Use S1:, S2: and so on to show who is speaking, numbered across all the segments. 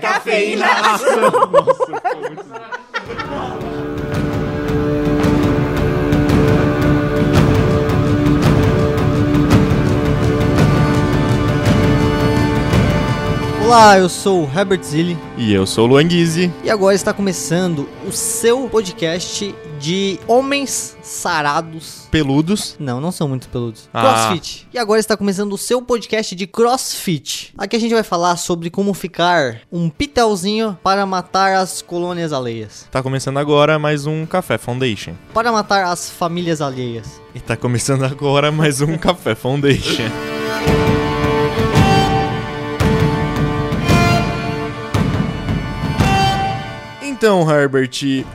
S1: cafeína.
S2: Nossa, pelo amor de Deus.
S3: Olá, eu sou o Herbert Zilli
S2: E eu sou o Luan Guizzi.
S3: e agora está começando o seu podcast de homens sarados.
S2: Peludos.
S3: Não, não são muito peludos.
S2: Ah.
S3: Crossfit. E agora está começando o seu podcast de crossfit. Aqui a gente vai falar sobre como ficar um pitelzinho para matar as colônias alheias,
S2: Tá começando agora mais um Café Foundation.
S3: para matar as famílias alheias.
S2: E tá começando agora mais um Café Foundation. Então, Herbert,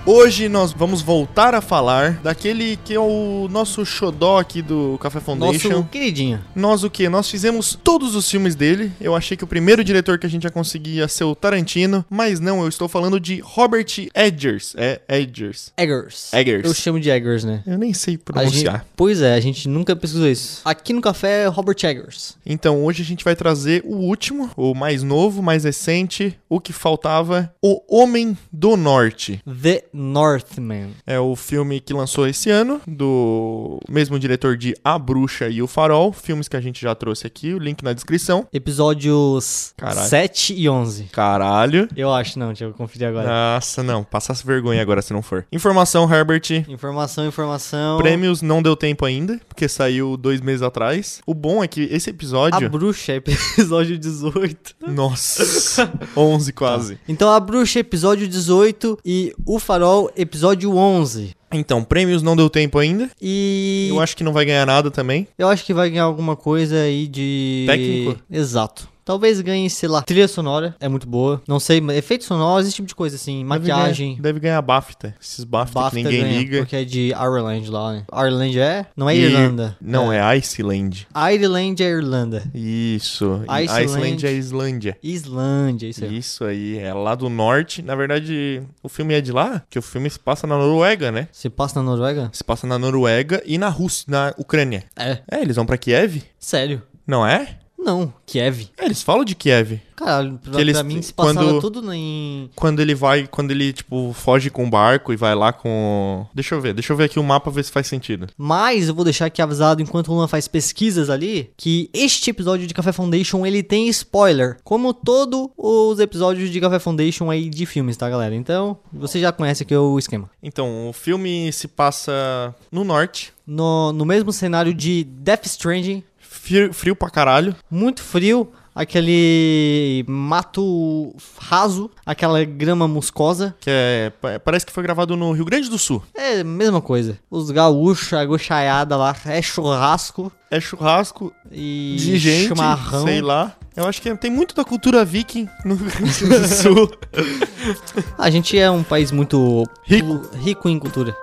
S2: hoje nós vamos voltar a falar daquele que é o nosso xodó aqui do Café Foundation.
S3: Nosso queridinho.
S2: Nós o quê? Nós fizemos todos os filmes dele. Eu achei que o primeiro diretor que a gente ia conseguir ia ser o Tarantino, mas não, eu estou falando de Robert Edgers. É Edgers.
S3: Eggers.
S2: Eggers.
S3: Eu chamo de Eggers, né?
S2: Eu nem
S3: A
S2: sei
S3: gente-
S2: pronunciar.
S3: pois é, a gente nunca pesquisou isso. Aqui no café é Robert Eggers.
S2: Então hoje a gente vai trazer o último, o mais novo, mais recente, o que faltava, O Homem do Norte.
S3: The Northman.
S2: É o filme que lançou esse ano, do mesmo diretor de A Bruxa e o Farol, filmes que a gente já trouxe aqui, o link na descrição.
S3: Episódios
S2: Caralho.
S3: 7 e 11.
S2: Caralho.
S3: Eu acho, não, deixa eu conferir agora.
S2: Nossa, não, passa vergonha agora se não for. Informação, Herbert,
S3: Informação, informação.
S2: Prêmios não deu tempo ainda, porque saiu dois meses atrás. O bom é que esse
S3: A
S2: episódio.
S3: Bruxa, episódio 18.
S2: Nossa! 11 quase.
S3: Então, A Bruxa, episódio 18 e O Farol, episódio 11.
S2: Então, prêmios não deu tempo ainda.
S3: E
S2: Eu acho que não vai ganhar nada também.
S3: eu acho que vai ganhar alguma coisa aí de...
S2: Técnico?
S3: Exato. Talvez ganhe, sei lá, trilha sonora, é muito boa. Não sei, mas efeitos sonoros, esse tipo de coisa assim,
S2: Deve ganhar-
S3: maquiagem.
S2: Deve ganhar BAFTA. Esses BAFTA,
S3: BAFTA
S2: que É ninguém
S3: ganha,
S2: liga.
S3: porque é de Ireland lá, né? Ireland é? Não é
S2: E-
S3: Irlanda.
S2: Não, é. Iceland.
S3: Ireland é Irlanda.
S2: Isso. E
S3: Iceland.
S2: Iceland é Islândia.
S3: Islândia, isso aí.
S2: Isso aí, é lá do norte. Na verdade, o filme é de lá, que o filme se passa na Noruega, né?
S3: Você passa na Noruega?
S2: Se passa na Noruega e na Rússia, na Ucrânia.
S3: É,
S2: É, eles vão pra Kiev?
S3: sério.
S2: Não é?
S3: Não, Kiev.
S2: É, eles falam de Kiev.
S3: Caralho, pra,
S2: Que eles-
S3: pra mim se passava
S2: quando-
S3: tudo em...
S2: Quando ele vai, quando ele, tipo, foge com o barco e vai lá com. o- Deixa eu ver, deixa eu ver aqui o mapa ver se faz sentido.
S3: Mas eu vou deixar aqui avisado enquanto o Luan faz pesquisas ali, que este episódio de Café Foundation, ele tem spoiler. Como todos os episódios de Café Foundation aí de filmes, tá galera? Então, você já conhece aqui o esquema.
S2: Então, o filme se passa no norte,
S3: No, no mesmo cenário de Death Stranding,
S2: frio, frio pra caralho.
S3: muito frio, aquele mato raso, aquela grama muscosa.
S2: Que é. pa- Parece que foi gravado no Rio Grande do Sul.
S3: É a mesma coisa. Os gaúchos, a gochaiada lá, é churrasco
S2: É churrasco
S3: e
S2: de gente,
S3: chimarrão.
S2: sei lá. Eu acho que é- tem muito da cultura viking no Rio Grande do Sul.
S3: A gente é um país muito
S2: Rico.
S3: plu- rico em cultura.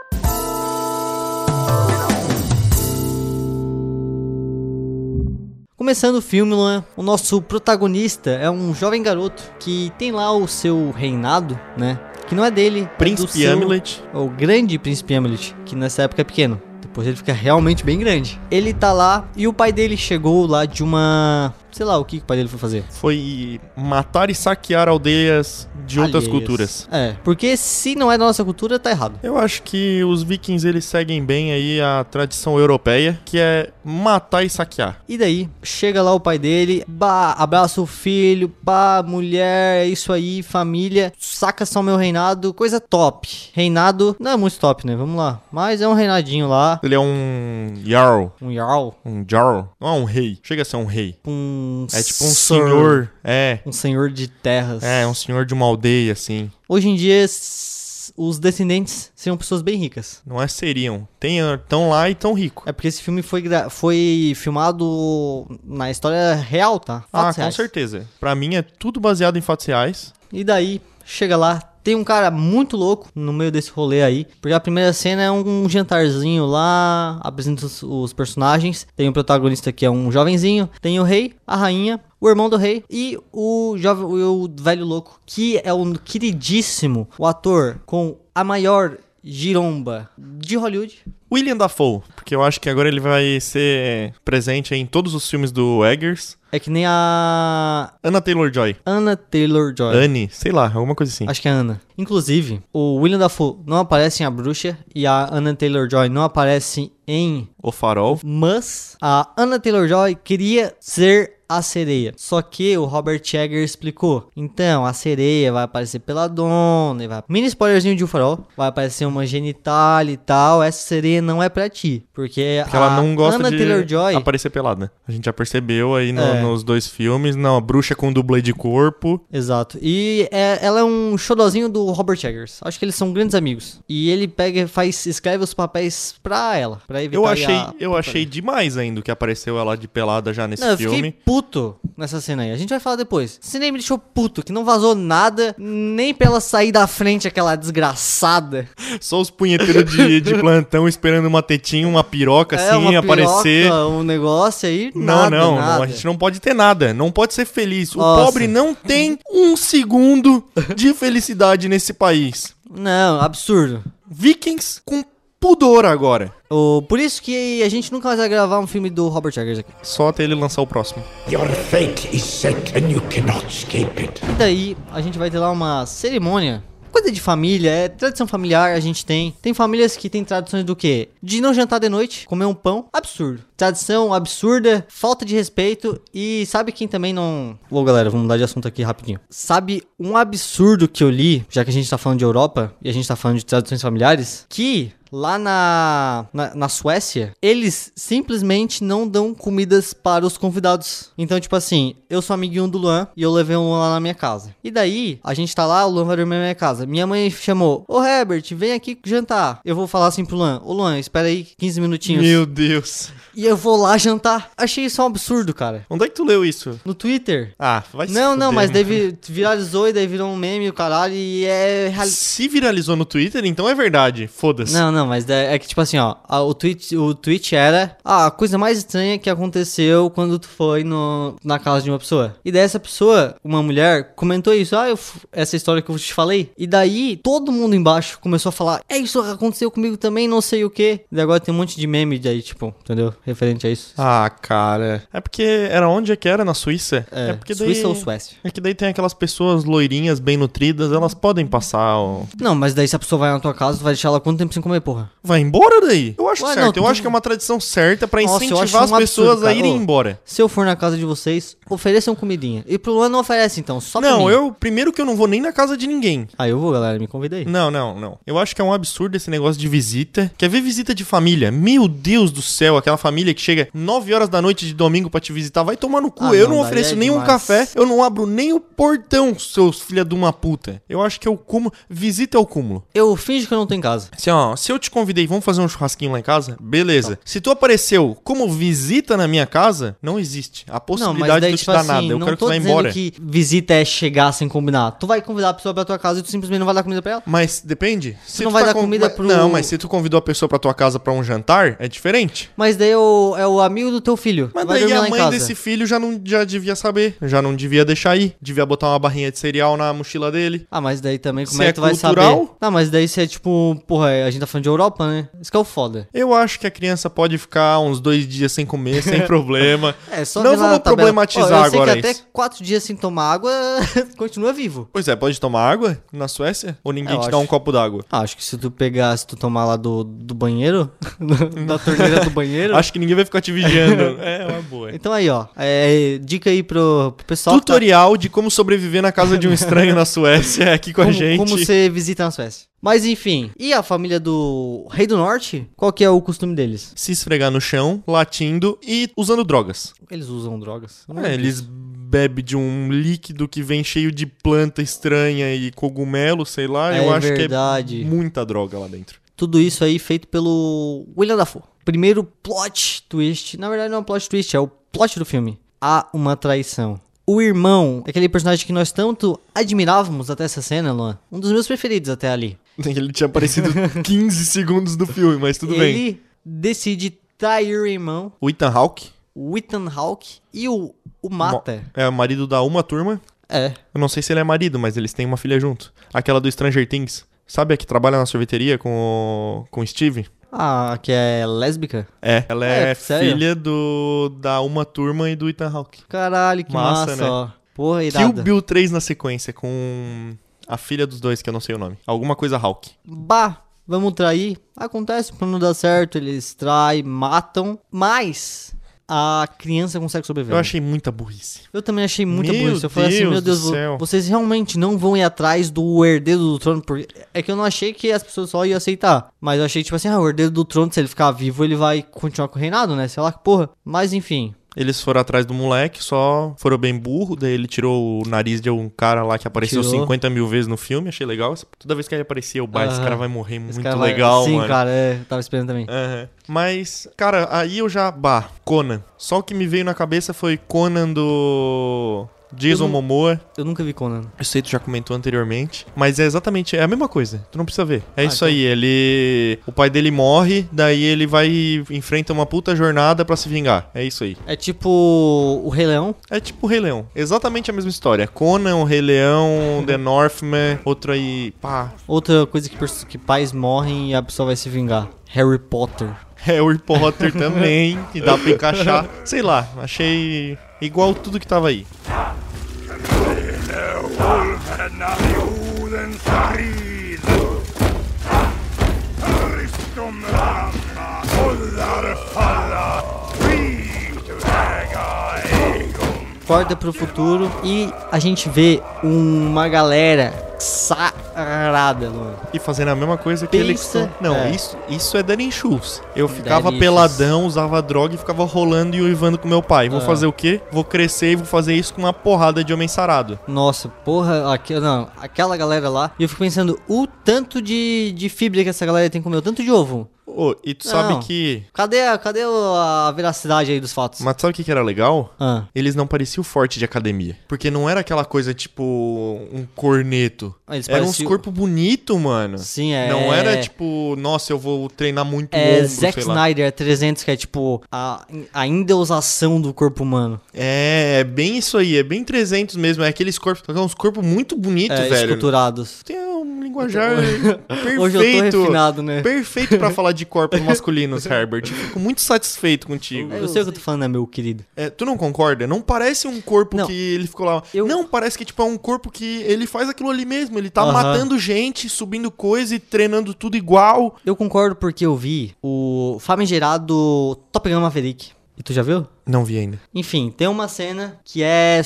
S3: Começando o filme, Luan, o nosso protagonista é um jovem garoto que tem lá o seu reinado, né? Que não é dele. é do
S2: Príncipe
S3: seu-
S2: Hamlet.
S3: o grande príncipe Hamlet, que nessa época é pequeno. Depois ele fica realmente bem grande. Ele tá lá e o pai dele chegou lá de uma. Sei lá o que, que o pai dele foi fazer.
S2: Foi matar e saquear aldeias de outras
S3: Alheias.
S2: culturas.
S3: É, porque se não é da nossa cultura, tá errado.
S2: Eu acho que os vikings eles seguem bem aí a tradição europeia, que é matar e saquear.
S3: E daí, chega lá o pai dele, bah, abraça o filho, pá, mulher, é isso aí, família, saca só meu reinado, coisa top. Reinado não é muito top, né? Vamos lá. Mas é um reinadinho lá,
S2: Ele é um jarl,
S3: um Jarl,
S2: um jarl, não é um rei, chega a ser um rei.
S3: um.
S2: É tipo um
S3: sir,
S2: senhor, é,
S3: Um senhor de terras.
S2: é um senhor de uma aldeia assim.
S3: Hoje em dia, s- os descendentes seriam pessoas bem ricas.
S2: Não é seriam, tem ah, tão lá e tão rico.
S3: É porque esse filme foi, gra- foi filmado na história real, tá?
S2: Ah,
S3: Fatos
S2: com
S3: reais.
S2: certeza. Pra mim é tudo baseado em fatos reais.
S3: E daí, chega lá, tem um cara muito louco no meio desse rolê aí. Porque a primeira cena é um jantarzinho lá, apresenta os, os personagens. Tem o protagonista que é um jovenzinho, tem o rei, a rainha, o irmão do rei e o jovem, o velho louco, que é o queridíssimo, o ator com a maior giromba de Hollywood,
S2: William Dafoe, porque eu acho que agora ele vai ser presente aí em todos os filmes do Eggers.
S3: É que nem a
S2: Anna Taylor-Joy.
S3: Anna Taylor-Joy.
S2: Anne, sei lá, alguma coisa assim.
S3: Acho que é Ana. Inclusive, o William Dafoe não aparece em A Bruxa e a Anna Taylor-Joy não aparece em
S2: O Farol.
S3: Mas a Anna Taylor-Joy queria ser a sereia. Só que o Robert Egger explicou. Então, a sereia vai aparecer pela dona. e vai- Mini spoilerzinho de O Farol. Vai aparecer uma genital e tal. Essa sereia não é pra ti. Porque,
S2: Porque
S3: a
S2: ela não gosta
S3: Ah, Anna
S2: de
S3: Taylor-Joy...
S2: aparecer pelada. A gente já percebeu aí no-
S3: É.
S2: nos dois filmes. Não, a bruxa com dublê de corpo.
S3: Exato. E é- ela é um xodozinho do Robert Eggers. Acho que eles são grandes amigos. E ele pega, e faz, escreve os papéis pra ela, pra evitar
S2: Eu
S3: tá a-
S2: achei, eu achei demais ainda o que apareceu ela de pelada já nesse
S3: Não, eu
S2: filme.
S3: fiquei puto nessa cena aí. A gente vai falar depois. Esse nem me deixou puto, que não vazou nada, nem pra ela sair da frente, aquela desgraçada.
S2: Só os punheteiros de, de plantão esperando uma tetinha, uma piroca assim
S3: É, uma
S2: aparecer.
S3: piroca, um negócio aí,
S2: Não,
S3: nada,
S2: não, não,
S3: nada.
S2: a gente não pode ter nada, não pode ser feliz. O
S3: Nossa.
S2: pobre não tem um segundo de felicidade nesse país.
S3: Não, absurdo.
S2: Vikings com pudor agora.
S3: O- por isso que a gente nunca mais vai gravar um filme do Robert Eggers aqui.
S2: Só até ele lançar o próximo.
S1: Your fate is set and you cannot escape it.
S3: E daí a gente vai ter lá uma cerimônia. Coisa de família, é tradição familiar, a gente tem. Tem famílias que tem tradições do quê? De não jantar de noite, comer um pão. Absurdo. Tradição absurda, falta de respeito. E sabe quem também não. Ô galera, vamos mudar de assunto aqui rapidinho. Sabe um absurdo que eu li, já que a gente tá falando de Europa e a gente tá falando de tradições familiares? Que lá na, na, na Suécia, eles simplesmente não dão comidas para os convidados. Então, tipo assim, eu sou amiguinho do Luan e eu levei o Luan lá na minha casa. E daí, a gente tá lá, o Luan vai dormir na minha casa. Minha mãe chamou, ô Herbert, vem aqui jantar. Eu vou falar assim pro Luan, ô Luan, espera aí 15 minutinhos.
S2: Meu Deus.
S3: E eu vou lá jantar. Achei isso um absurdo, cara.
S2: Onde é que tu leu isso?
S3: No Twitter.
S2: Ah, vai se
S3: Não, não,
S2: fuder,
S3: mas
S2: mano.
S3: daí vi- viralizou e daí virou um meme, o caralho, e é reali-
S2: Se viralizou no Twitter, então é verdade. Foda-se.
S3: Não, não, mas é é que tipo assim, ó, a- o tweet, o tweet era ah, a coisa mais estranha que aconteceu quando tu foi no, na casa de uma pessoa. E daí essa pessoa, uma mulher, comentou isso, ah, eu f- essa história que eu te falei. E daí todo mundo embaixo começou a falar, é isso que aconteceu comigo também, não sei o que. E agora tem um monte de meme daí, tipo, entendeu? Referente a isso.
S2: Ah, cara. É porque era onde é que era? Na Suíça?
S3: É,
S2: porque daí...
S3: Suíça ou Suécia?
S2: É que daí tem aquelas pessoas loirinhas, bem nutridas, elas podem passar o...
S3: Não, mas daí se a pessoa vai na tua casa, tu vai deixar ela quanto tempo sem comer, porra?
S2: Vai embora daí? Eu acho
S3: Ué,
S2: certo,
S3: não,
S2: eu
S3: tu-
S2: acho que é uma tradição certa pra
S3: Nossa, eu
S2: incentivar
S3: acho um
S2: as pessoas
S3: absurdo,
S2: a
S3: cara.
S2: irem
S3: Ô,
S2: embora.
S3: Se eu for na casa de vocês, ofereçam comidinha. E pro Luan não oferece, então, só pra
S2: Não,
S3: mim.
S2: eu primeiro que eu não vou nem na casa de ninguém.
S3: Ah, eu vou, galera, me convida aí.
S2: Não, não, não. Eu acho que é um absurdo esse negócio de visita. Quer ver visita de família? Meu Deus do céu, aquela família que chega 9 horas da noite de domingo pra te visitar, vai tomar no cu.
S3: Ah,
S2: eu
S3: não,
S2: não,
S3: daí
S2: ofereço
S3: é
S2: nenhum
S3: demais.
S2: café, eu não abro nem o portão, seus filha de uma puta. Eu acho que é o cúmulo. Visita é o cúmulo.
S3: Eu finjo que eu não tô em casa.
S2: Assim, ó, se eu te convidei, vamos fazer um churrasquinho lá em casa? Beleza.
S3: Então.
S2: Se tu apareceu como visita na minha casa, não existe a
S3: Não,
S2: possibilidade
S3: mas daí,
S2: de eu
S3: tipo
S2: te dar
S3: assim,
S2: nada. Eu
S3: não
S2: quero que
S3: tô
S2: tu vá
S3: dizendo
S2: embora.
S3: que visita é chegar sem combinar. Tu vai convidar a pessoa pra tua casa e tu simplesmente não vai dar comida pra ela?
S2: Mas depende. Se
S3: não vai dar
S2: con-
S3: comida
S2: mas-
S3: pro-
S2: Não, mas se tu convidou a pessoa pra tua casa pra um jantar, é diferente.
S3: Mas daí é o, é o amigo do teu filho.
S2: Mas
S3: vai
S2: daí
S3: dormir
S2: a
S3: lá em
S2: mãe
S3: casa.
S2: desse filho já não já devia saber, já não devia deixar ir, devia botar uma barrinha de cereal na mochila dele.
S3: Ah, mas daí também como
S2: Se
S3: é
S2: é
S3: que tu vai
S2: cultural?
S3: saber? Não, mas daí se é tipo, porra, a gente tá falando de Europa, né? Isso que é o foda.
S2: Eu acho que a criança pode ficar uns dois dias sem comer, sem problema.
S3: É, só
S2: não
S3: ver lá
S2: vamos
S3: na tabela.
S2: problematizar
S3: Ó, eu sei
S2: agora
S3: que
S2: isso.
S3: até quatro dias sem tomar água, continua vivo.
S2: Pois é, pode tomar água na Suécia? Ou ninguém
S3: Eu
S2: te dá
S3: acho.
S2: um copo d'água?
S3: Ah, acho que se tu pegar, se tu tomar lá do, do banheiro, da torneira do banheiro.
S2: Acho que ninguém vai ficar te vigiando. é uma boa.
S3: Então aí, ó. é, dica aí pro, pro pessoal. que tá-
S2: Tutorial de como sobreviver na casa de um estranho na Suécia aqui com a
S3: como,
S2: gente.
S3: como você visita na Suécia. Mas enfim, e a família do Rei do Norte? Qual que é o costume deles?
S2: Se esfregar no chão, latindo e usando drogas.
S3: Eles usam drogas. Eu não
S2: É,
S3: lembro
S2: eles
S3: disso.
S2: bebem de um líquido que vem cheio de planta estranha e cogumelo, sei lá.
S3: É
S2: eu acho que
S3: verdade.
S2: é muita droga lá dentro.
S3: Tudo isso aí feito pelo William Dafoe. Primeiro plot twist. Na verdade, não é um plot twist, é o plot do filme. Há uma traição. O irmão, aquele personagem que nós tanto admirávamos até essa cena, Luan. Um dos meus preferidos até ali.
S2: Ele tinha aparecido 15 segundos do filme, mas tudo bem.
S3: Ele decide trair o irmão,
S2: O Ethan Hawke
S3: o Ethan Hawke, e o, o mata.
S2: é o marido da Uma Turma.
S3: É.
S2: Eu não sei se ele é marido, mas eles têm uma filha junto. Aquela do Stranger Things. Sabe a que trabalha na sorveteria com o, com o Steve?
S3: Ah, que é lésbica?
S2: É, ela é,
S3: É, sério?
S2: filha do da Uma Turma e do Ethan Hawke.
S3: Caralho, que
S2: Massa,
S3: massa,
S2: né?
S3: ó. Porra,
S2: Kill
S3: irada.
S2: Bill 3 na sequência com a filha dos dois, que eu não sei o nome. Alguma coisa Hawke.
S3: Bah, vamos trair. Acontece, não dá certo, eles traem, matam, mas a criança consegue sobreviver.
S2: Eu achei muita burrice.
S3: Eu também achei muito
S2: Meu
S3: burro isso. Eu falei assim,
S2: Deus
S3: meu Deus,
S2: do
S3: vo-
S2: céu.
S3: vocês realmente não vão ir atrás do herdeiro do trono? Porque é que eu não achei que as pessoas só iam aceitar. Mas eu achei, tipo assim, ah, o herdeiro do trono, se ele ficar vivo, ele vai continuar com o reinado, né? Sei lá que porra. Mas enfim.
S2: Eles foram atrás do moleque, só foram bem burro. Daí ele tirou o nariz de um cara lá que apareceu
S3: Tirou.
S2: 50 mil vezes no filme. Achei legal. Toda vez que ele aparecia, eu, bah, esse
S3: Aham.
S2: cara vai morrer
S3: esse
S2: muito
S3: cara vai-
S2: legal,
S3: Sim,
S2: mano.
S3: cara, é, eu tava esperando também.
S2: Aham. Mas, cara, aí eu já. Bah, Conan. Só o que me veio na cabeça foi Conan do. Jason
S3: Eu não-
S2: Momoa.
S3: Eu nunca vi Conan.
S2: Uhum. Eu sei, tu já comentou anteriormente. Mas é exatamente. É a mesma coisa. Tu não precisa ver. É
S3: Ah,
S2: isso
S3: então.
S2: aí. Ele. O pai dele morre, daí ele vai. e Enfrenta uma puta jornada pra se vingar. É isso aí.
S3: É tipo o Rei Leão.
S2: É tipo o Rei Leão. Exatamente a mesma história. Conan, o Rei Leão, The Northman. Outro aí. Pá.
S3: Outra coisa que, pers- que pais morrem e a pessoa vai se vingar. Harry Potter.
S2: Harry Potter também. Que dá pra encaixar. Sei lá. Achei igual tudo que tava aí.
S4: Ulvenalioden strid! Ristum ramma, bollar falla, vi väga egum!
S3: Corda pro futuro e a gente vê uma galera sarada, Luan.
S2: e fazendo a mesma coisa que ele.
S3: Pensa-
S2: Não,
S3: é.
S2: isso, isso é Darren Schultz. Eu ficava
S3: Shoes.
S2: peladão, usava droga e ficava rolando e uivando com meu pai. Vou
S3: Ah.
S2: fazer o quê? Vou crescer e vou fazer isso com uma porrada de homem sarado.
S3: Nossa, porra, aqui, não, aquela galera lá. E eu fico pensando, o tanto de, de fibra que essa galera tem que comer, o tanto de ovo.
S2: Ô, e tu
S3: Não.
S2: sabe que.
S3: Cadê, a- cadê o- a veracidade aí dos fatos?
S2: Mas sabe o que que era legal?
S3: Ah,
S2: Eles não pareciam forte de academia. Porque não era aquela coisa tipo um corneto.
S3: Eles
S2: era uns
S3: pareciam-
S2: corpo bonito, mano.
S3: Sim, é-
S2: Não era tipo, nossa, eu vou treinar muito
S3: é
S2: ombro,
S3: Zack
S2: sei lá.
S3: Snyder 300, que é tipo a, a endeusação do corpo humano.
S2: É, é bem isso aí, é bem 300 mesmo, é aqueles corpos, é uns corpos muito bonitos,
S3: é,
S2: velho.
S3: esculturados.
S2: tem um linguajar perfeito.
S3: Hoje eu tô refinado, né?
S2: Perfeito pra falar de corpos masculinos, Herbert. Fico muito satisfeito contigo.
S3: Eu sei o que eu tô falando, né, meu querido?
S2: É, tu não concorda? Não parece um corpo
S3: Não.
S2: que ele ficou lá.
S3: Eu-
S2: Não, parece que tipo, é um corpo que ele faz aquilo ali mesmo. Ele tá
S3: Aham.
S2: matando gente, subindo coisa e treinando tudo igual.
S3: Eu concordo porque eu vi o famigerado Top Gun Maverick. E tu já viu?
S2: Não vi ainda.
S3: Enfim, tem uma cena que é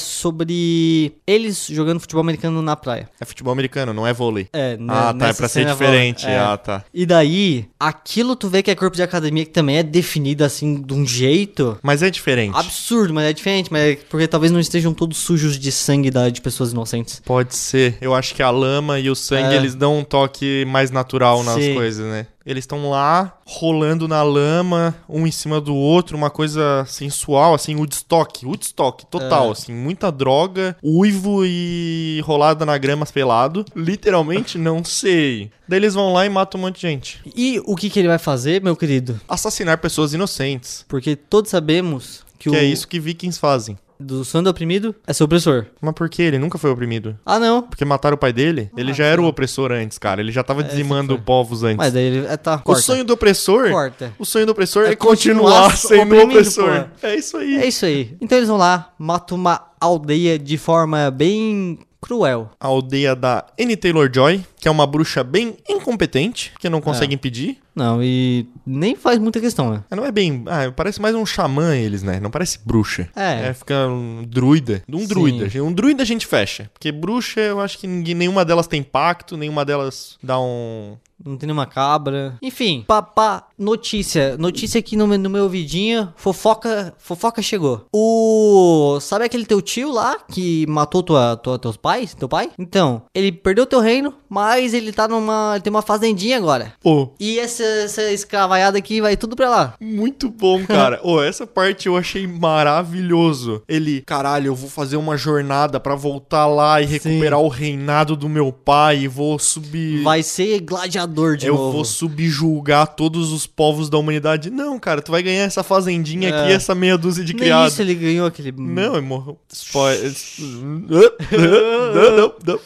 S3: sobre eles jogando futebol americano na praia.
S2: É futebol americano, não é vôlei.
S3: É, né,
S2: Ah, tá. É
S3: nessa
S2: pra ser
S3: cena
S2: diferente.
S3: rola- é.
S2: Ah, tá.
S3: E daí, aquilo tu vê que é corpo de academia que também é definido assim de um jeito
S2: Mas é diferente.
S3: absurdo, mas é diferente, mas é porque talvez não estejam todos sujos de sangue da, de pessoas inocentes.
S2: Pode ser. Eu acho que a lama e o sangue,
S3: É.
S2: eles dão um toque mais natural nas
S3: Sim.
S2: coisas, né? Eles estão lá, rolando na lama, um em cima do outro, uma coisa sensual, assim, Woodstock. Woodstock,
S3: É.
S2: total, assim. Muita droga, uivo e rolada na grama pelado. Literalmente, não sei. Daí eles vão lá e matam um monte de gente.
S3: E o que que ele vai fazer, meu querido?
S2: Assassinar pessoas inocentes.
S3: Porque todos sabemos que,
S2: Que
S3: o
S2: é isso que vikings fazem.
S3: do sono do oprimido é seu opressor.
S2: Mas por que ele nunca foi oprimido?
S3: Ah, não.
S2: Porque mataram o pai dele?
S3: Ah,
S2: ele já
S3: tá.
S2: era o opressor antes, cara. Ele já tava dizimando povos antes.
S3: É, Mas daí ele é, tá
S2: O
S3: corta.
S2: sonho do opressor.
S3: Corta.
S2: O sonho do opressor é,
S3: É
S2: continuar,
S3: continuar
S2: sendo
S3: oprimindo,
S2: opressor. É isso aí.
S3: É isso aí. Então eles vão lá, matam uma aldeia de forma bem cruel.
S2: A aldeia da N. Taylor Joy, que é uma bruxa bem incompetente, que não
S3: É.
S2: consegue impedir.
S3: Não, e nem faz muita questão, né?
S2: Ela não é bem. Ah, parece mais um xamã eles, né? Não parece bruxa.
S3: É.
S2: fica um druida. Um
S3: Sim.
S2: druida. Um druida a gente fecha. Porque bruxa, eu acho que ninguém- nenhuma delas tem pacto, nenhuma delas dá um.
S3: Não tem nenhuma cabra. Enfim, papá, notícia. Notícia aqui no, meu- no meu ouvidinho. Fofoca, fofoca chegou. O. Sabe aquele teu tio lá que matou tua, tua- teus pais? Teu pai? Então, ele perdeu teu reino, mas ele tá numa. Ele tem uma fazendinha agora.
S2: Pô,
S3: E essa, essa escravaiada aqui vai tudo pra lá.
S2: Muito bom, cara. Ô, essa parte eu achei maravilhoso. Ele, caralho, eu vou fazer uma jornada pra voltar lá e recuperar o reinado do meu pai e vou subir.
S3: Vai ser gladiador de
S2: eu
S3: novo.
S2: vou subjulgar todos os povos da humanidade. Não, cara, tu vai ganhar essa fazendinha aqui,
S3: É.
S2: essa meia dúzia de
S3: Nem
S2: criados.
S3: isso ele ganhou aquele.
S2: Não, ele morreu. Spoiler. não, não, não.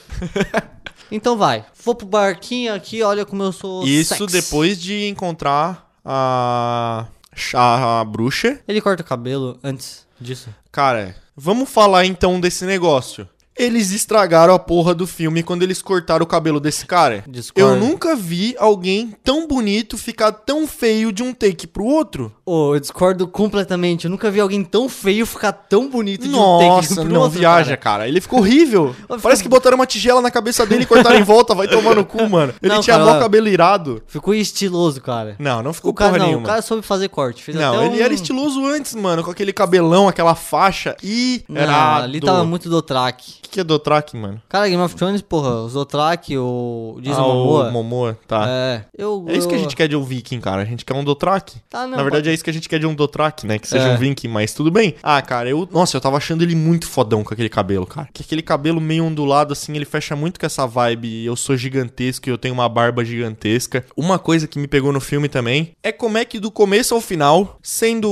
S3: Então vai, vou pro barquinho aqui, olha como eu sou
S2: Isso
S3: sex.
S2: depois de encontrar a, a, a bruxa.
S3: Ele corta o cabelo antes disso.
S2: Cara, vamos falar então desse negócio. Eles estragaram a porra do filme quando eles cortaram o cabelo desse cara.
S3: Discordo.
S2: Eu nunca vi alguém tão bonito ficar tão feio de um take pro outro.
S3: Ô, eu discordo completamente. Eu nunca vi alguém tão feio ficar tão bonito de um take
S2: Nossa,
S3: pro
S2: não
S3: outro,
S2: viaja, cara.
S3: cara.
S2: Ele ficou horrível. Parece que botaram uma tigela na cabeça dele e cortaram em volta. Vai tomar no cu, mano. Ele
S3: Não,
S2: tinha
S3: cara,
S2: mó cabelo irado.
S3: Ficou estiloso, cara.
S2: Não, não ficou
S3: O cara
S2: Hum, porra
S3: não,
S2: nenhuma.
S3: o cara soube fazer corte. Fez
S2: Não,
S3: até
S2: ele
S3: um-
S2: era estiloso antes, mano, com aquele cabelão, aquela faixa. E
S3: Não,
S2: era
S3: ali tava muito do track.
S2: O que, que é Dothraki, mano?
S3: Cara, Game of Thrones, porra, os Dothraki, o Jason
S2: Ah,
S3: Momoa.
S2: o Momoa, tá.
S3: É, eu,
S2: É isso que a
S3: eu-
S2: gente quer de um viking, cara. A gente quer um Dothraki.
S3: Tá, não,
S2: Na verdade,
S3: pode-
S2: é isso que a gente quer de um Dothraki, né? Que seja
S3: É.
S2: um viking, mas tudo bem. Ah, cara, eu... Nossa, eu tava achando ele muito fodão com aquele cabelo, cara. Que aquele cabelo meio ondulado, assim, ele fecha muito com essa vibe. Eu sou gigantesco e eu tenho uma barba gigantesca. Uma coisa que me pegou no filme também é como é que do começo ao final, sendo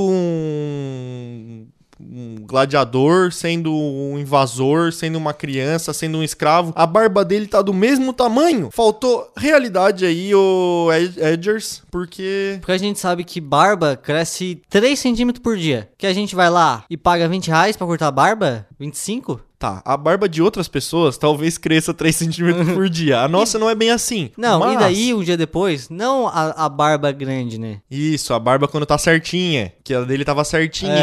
S2: um... Um gladiador, sendo um invasor, sendo uma criança, sendo um escravo. A barba dele tá do mesmo tamanho. Faltou realidade aí, ô Ed- Edgers, porque
S3: Porque a gente sabe que barba cresce 3 centímetros por dia. Que a gente vai lá e paga 20 reais pra cortar a barba? 25?
S2: Tá, a barba de outras pessoas talvez cresça 3 centímetros por dia. A nossa não é bem assim.
S3: Não,
S2: Mas-
S3: e daí um dia depois, não a, a barba grande, né?
S2: Isso, a barba quando tá certinha. Que a dele tava certinha.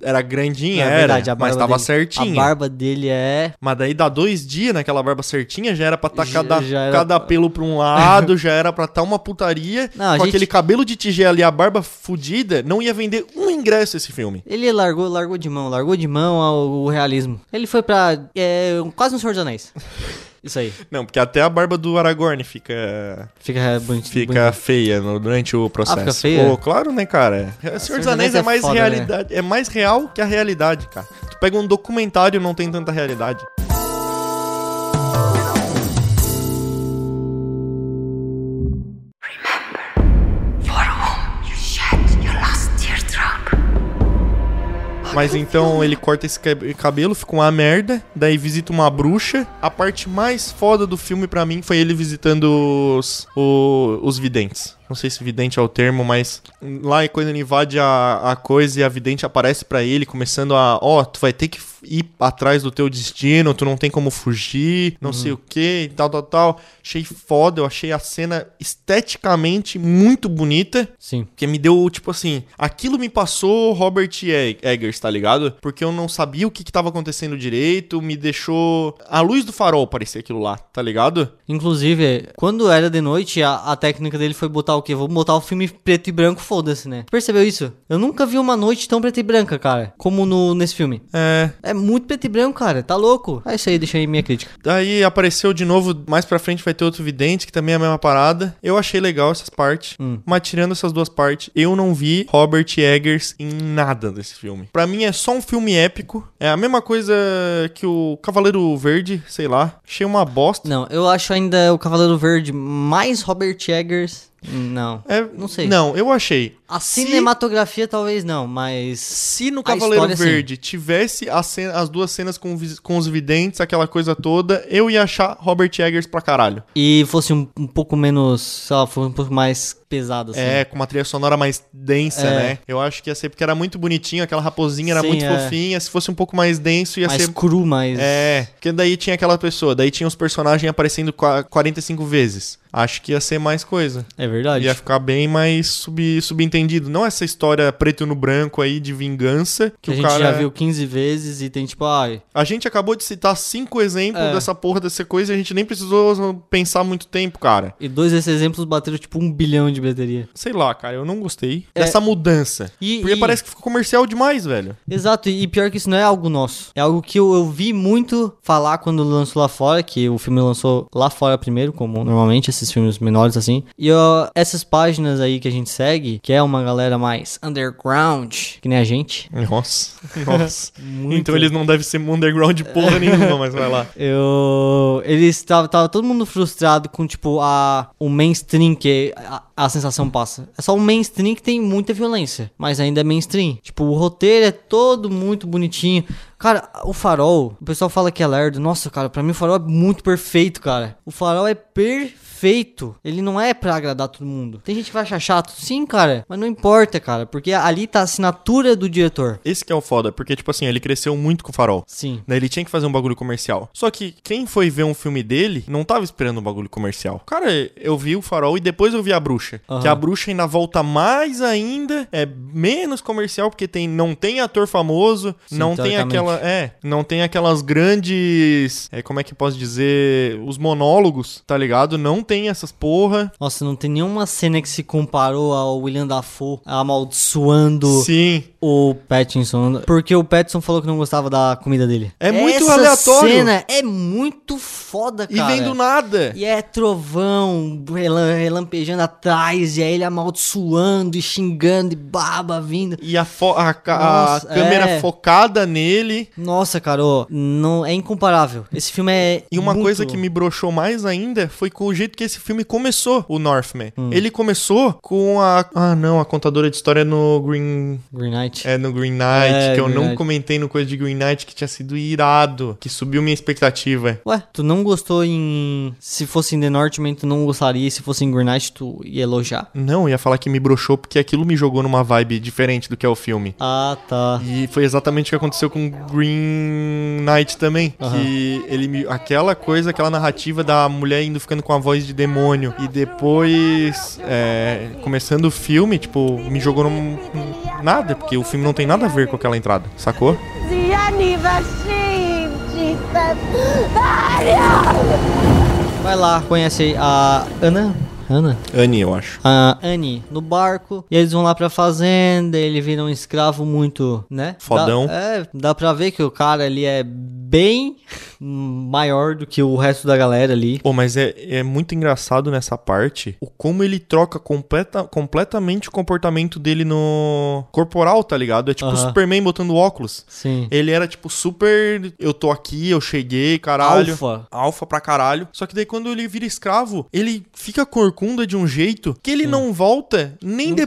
S3: É.
S2: Era grandinha,
S3: Na
S2: era.
S3: verdade, a barba
S2: mas tava
S3: dele,
S2: certinha.
S3: A barba dele é.
S2: Mas daí dá dois dias naquela barba certinha, já era pra tá
S3: Já-
S2: cada,
S3: já era-
S2: cada pelo pra um lado, já era pra tá uma putaria.
S3: Não, a
S2: com
S3: gente-
S2: aquele cabelo de tigela e a barba fudida, não ia vender um ingresso esse filme.
S3: Ele largou, largou de mão, largou de mão ao, o realismo. Ele foi pra. é, um- quase um Senhor dos Anéis. Isso aí.
S2: Não, porque até a barba do Aragorn fica
S3: Fica é, bonito. Ah,
S2: Fica feia no- durante o processo.
S3: fica feia?
S2: Pô, claro, né, cara? Senhor, dos Anéis é mais
S3: foda, né?
S2: realidade, é mais real que a realidade, cara. Tu pega um documentário, não tem tanta realidade.
S5: For whom you shed your last teardrop.
S2: Mas então ele corta esse cab- cabelo, fica uma merda, daí visita uma bruxa. A parte mais foda do filme pra mim foi ele visitando os, o- os videntes. Não sei se vidente é o termo, mas lá e quando ele invade a, a coisa e a vidente aparece pra ele, começando a, ó, tu vai ter que f- ir atrás do teu destino, tu não tem como fugir, não sei o que e tal, tal, tal. Achei foda, eu achei a cena esteticamente muito bonita.
S3: Sim.
S2: Porque me deu, tipo assim, aquilo me passou Robert E- Eggers, tá ligado? Porque eu não sabia o que, que tava acontecendo direito, me deixou. A luz do farol parecia aquilo lá, tá ligado?
S3: Inclusive, quando era de noite, a, a técnica dele foi botar o quê? Vou botar o filme preto e branco, foda-se, né? Percebeu isso? Eu nunca vi uma noite tão preta e branca, cara, como no, nesse filme.
S2: É.
S3: É muito preto e branco, cara. Tá louco? É isso aí, deixa aí minha crítica.
S2: Daí apareceu de novo, mais pra frente vai ter outro vidente, que também é a mesma parada. Eu achei legal essas partes,
S3: Hum.
S2: mas tirando essas duas partes, eu não vi Robert Eggers em nada desse filme. Pra mim é só um filme épico, é a mesma coisa que o Cavaleiro Verde, sei lá. Achei uma bosta.
S3: Não, eu acho ainda o Cavaleiro Verde mais Robert Eggers. Não.
S2: É,
S3: não sei.
S2: Não, eu achei.
S3: A
S2: Se-
S3: cinematografia talvez não, mas.
S2: Se no
S3: A história,
S2: Cavaleiro
S3: é assim. sim.
S2: Verde tivesse a cena- as duas cenas com, vis- com os videntes, aquela coisa toda, eu ia achar Robert Eggers pra caralho.
S3: E fosse um, um pouco menos. Sei lá, fosse um pouco mais pesado, assim.
S2: É, com uma trilha sonora mais densa,
S3: É.
S2: né? Eu acho que ia ser, porque era muito bonitinho, aquela raposinha era
S3: Sim,
S2: muito
S3: é.
S2: fofinha, se fosse um pouco mais denso ia
S3: mais
S2: ser...
S3: cru, mais.
S2: É, porque daí tinha aquela pessoa, daí tinha os personagens aparecendo qua- 45 vezes. Acho que ia ser mais coisa.
S3: É verdade.
S2: Ia ficar bem mais sub, subentendido. Não essa história preto no branco aí de vingança que
S3: Que a
S2: o
S3: gente
S2: cara.
S3: já viu 15 vezes e tem tipo, ai.
S2: A gente acabou de citar cinco exemplos
S3: É.
S2: dessa porra dessa coisa e a gente nem precisou pensar muito tempo, cara.
S3: E dois desses exemplos bateram tipo um bilhão de bateria.
S2: Sei lá, cara, eu não gostei
S3: É.
S2: dessa mudança.
S3: E-
S2: Porque
S3: e-
S2: parece que ficou comercial demais, velho.
S3: Exato, e pior que isso não é algo nosso. É algo que eu, eu vi muito falar quando lançou lá fora, que o filme lançou lá fora primeiro, como normalmente esses filmes menores assim. E ó, essas páginas aí que a gente segue, que é uma galera mais underground, que nem a gente.
S2: Nossa, nossa. Então eles não devem ser underground porra nenhuma, mas vai lá.
S3: Eu. Eles tava, tava todo mundo frustrado com, tipo, a, o mainstream que a, a sensação passa. É só o mainstream que tem muita violência, mas ainda é mainstream. Tipo, o roteiro é todo muito bonitinho. Cara, o farol, o pessoal fala que é lerdo. Nossa, cara, pra mim o farol é muito perfeito, cara. O farol é perfeito. Ele não é pra agradar todo mundo. Tem gente que vai achar chato, sim, cara. Mas não importa, cara, porque ali tá a assinatura do diretor.
S2: Esse que é o foda, porque, tipo assim, ele cresceu muito com o farol.
S3: Sim.
S2: Né, ele tinha que fazer um bagulho comercial. Só que quem foi ver um filme dele não tava esperando um bagulho comercial. Cara, eu vi o farol e depois eu vi a bruxa.
S3: Aham.
S2: Que a bruxa ainda volta mais ainda, é menos comercial, porque tem, não tem ator famoso,
S3: Sim,
S2: não tem
S3: teoricamente.
S2: aquela. É, não tem aquelas grandes. É, como é que eu posso dizer? Os monólogos, tá ligado? Não tem essas porra.
S3: Nossa, não tem nenhuma cena que se comparou ao William Dafoe amaldiçoando
S2: Sim.
S3: o Pattinson. Porque o Pattinson falou que não gostava da comida dele.
S2: É muito
S3: Essa
S2: aleatório.
S3: cena é muito foda,
S2: E
S3: cara.
S2: vem do nada.
S3: E é trovão relam- relampejando atrás, e aí ele amaldiçoando e xingando e baba vindo.
S2: E a, fo- a ca- a
S3: Nossa,
S2: câmera
S3: é.
S2: focada nele.
S3: Nossa, cara, ô, não é incomparável. Esse filme é.
S2: E uma
S3: muito-
S2: coisa que me broxou mais ainda foi com o jeito que esse filme começou, o Northman.
S3: Hum.
S2: Ele começou com a. Ah, não, a contadora de história no Green.
S3: Green Knight.
S2: É, no Green Knight,
S3: É,
S2: que eu
S3: Green
S2: não
S3: Knight.
S2: comentei no coisa de Green Knight, que tinha sido irado, que subiu minha expectativa.
S3: Ué, tu não gostou em. Se fosse em The Northman, tu não gostaria. e Se fosse em Green Knight, tu ia elogiar.
S2: Não, eu ia falar que me broxou porque aquilo me jogou numa vibe diferente do que é o filme.
S3: Ah, tá.
S2: E foi exatamente o que aconteceu com Green Knight também. Que ele me. Aquela coisa, aquela narrativa da mulher indo ficando com a voz de demônio. E depois. é, começando o filme, tipo, me jogou num. num- Nada, porque o filme não tem nada a ver com aquela entrada, sacou?
S6: The anniversary, Jesus.
S3: Vai lá, conhece a Ana. Ana?
S2: Annie, eu acho.
S3: A Annie no barco. E eles vão lá pra fazenda. Ele vira um escravo muito, né?
S2: Fodão.
S3: Dá, é, dá pra ver que o cara ali é bem maior do que o resto da galera ali.
S2: Pô, mas é, é muito engraçado nessa parte o como ele troca completa, completamente o comportamento dele no corporal, tá ligado? É tipo o
S3: Aham.
S2: Superman botando óculos.
S3: Sim.
S2: Ele era, tipo, super. Eu tô aqui, eu cheguei, caralho.
S3: Alfa.
S2: Alfa pra caralho. Só que daí quando ele vira escravo, ele fica corcunda de um jeito que ele não volta nem
S3: Nunca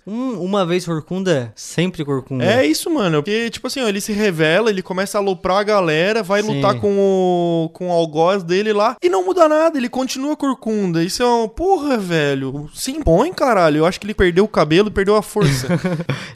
S3: mais. Um- uma vez corcunda, sempre corcunda.
S2: É isso, mano. Porque, tipo assim, ó, ele se revela, ele começa a aloprar a galera, vai
S3: Sim.
S2: lutar com o, com o algoz dele lá e não muda nada, ele continua corcunda. Isso é um. Porra, velho. Se impõe, caralho. Eu acho que ele perdeu o cabelo, e perdeu a força.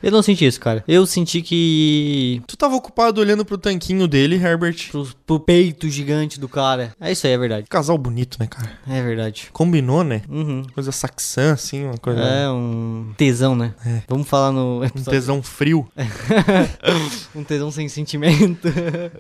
S3: Eu não senti isso, cara. Eu senti que.
S2: tu tava ocupado olhando pro tanquinho dele, Herbert.
S3: Pro, pro peito gigante do cara. É isso aí, é verdade.
S2: Casal bonito, né, cara?
S3: É verdade.
S2: Combinou, né?
S3: Uhum.
S2: Coisa saxã, assim, uma coisa.
S3: É um tesão, né? Vamos falar no
S2: Um
S3: episódio.
S2: tesão frio.
S3: É. Um tesão sem sentimento.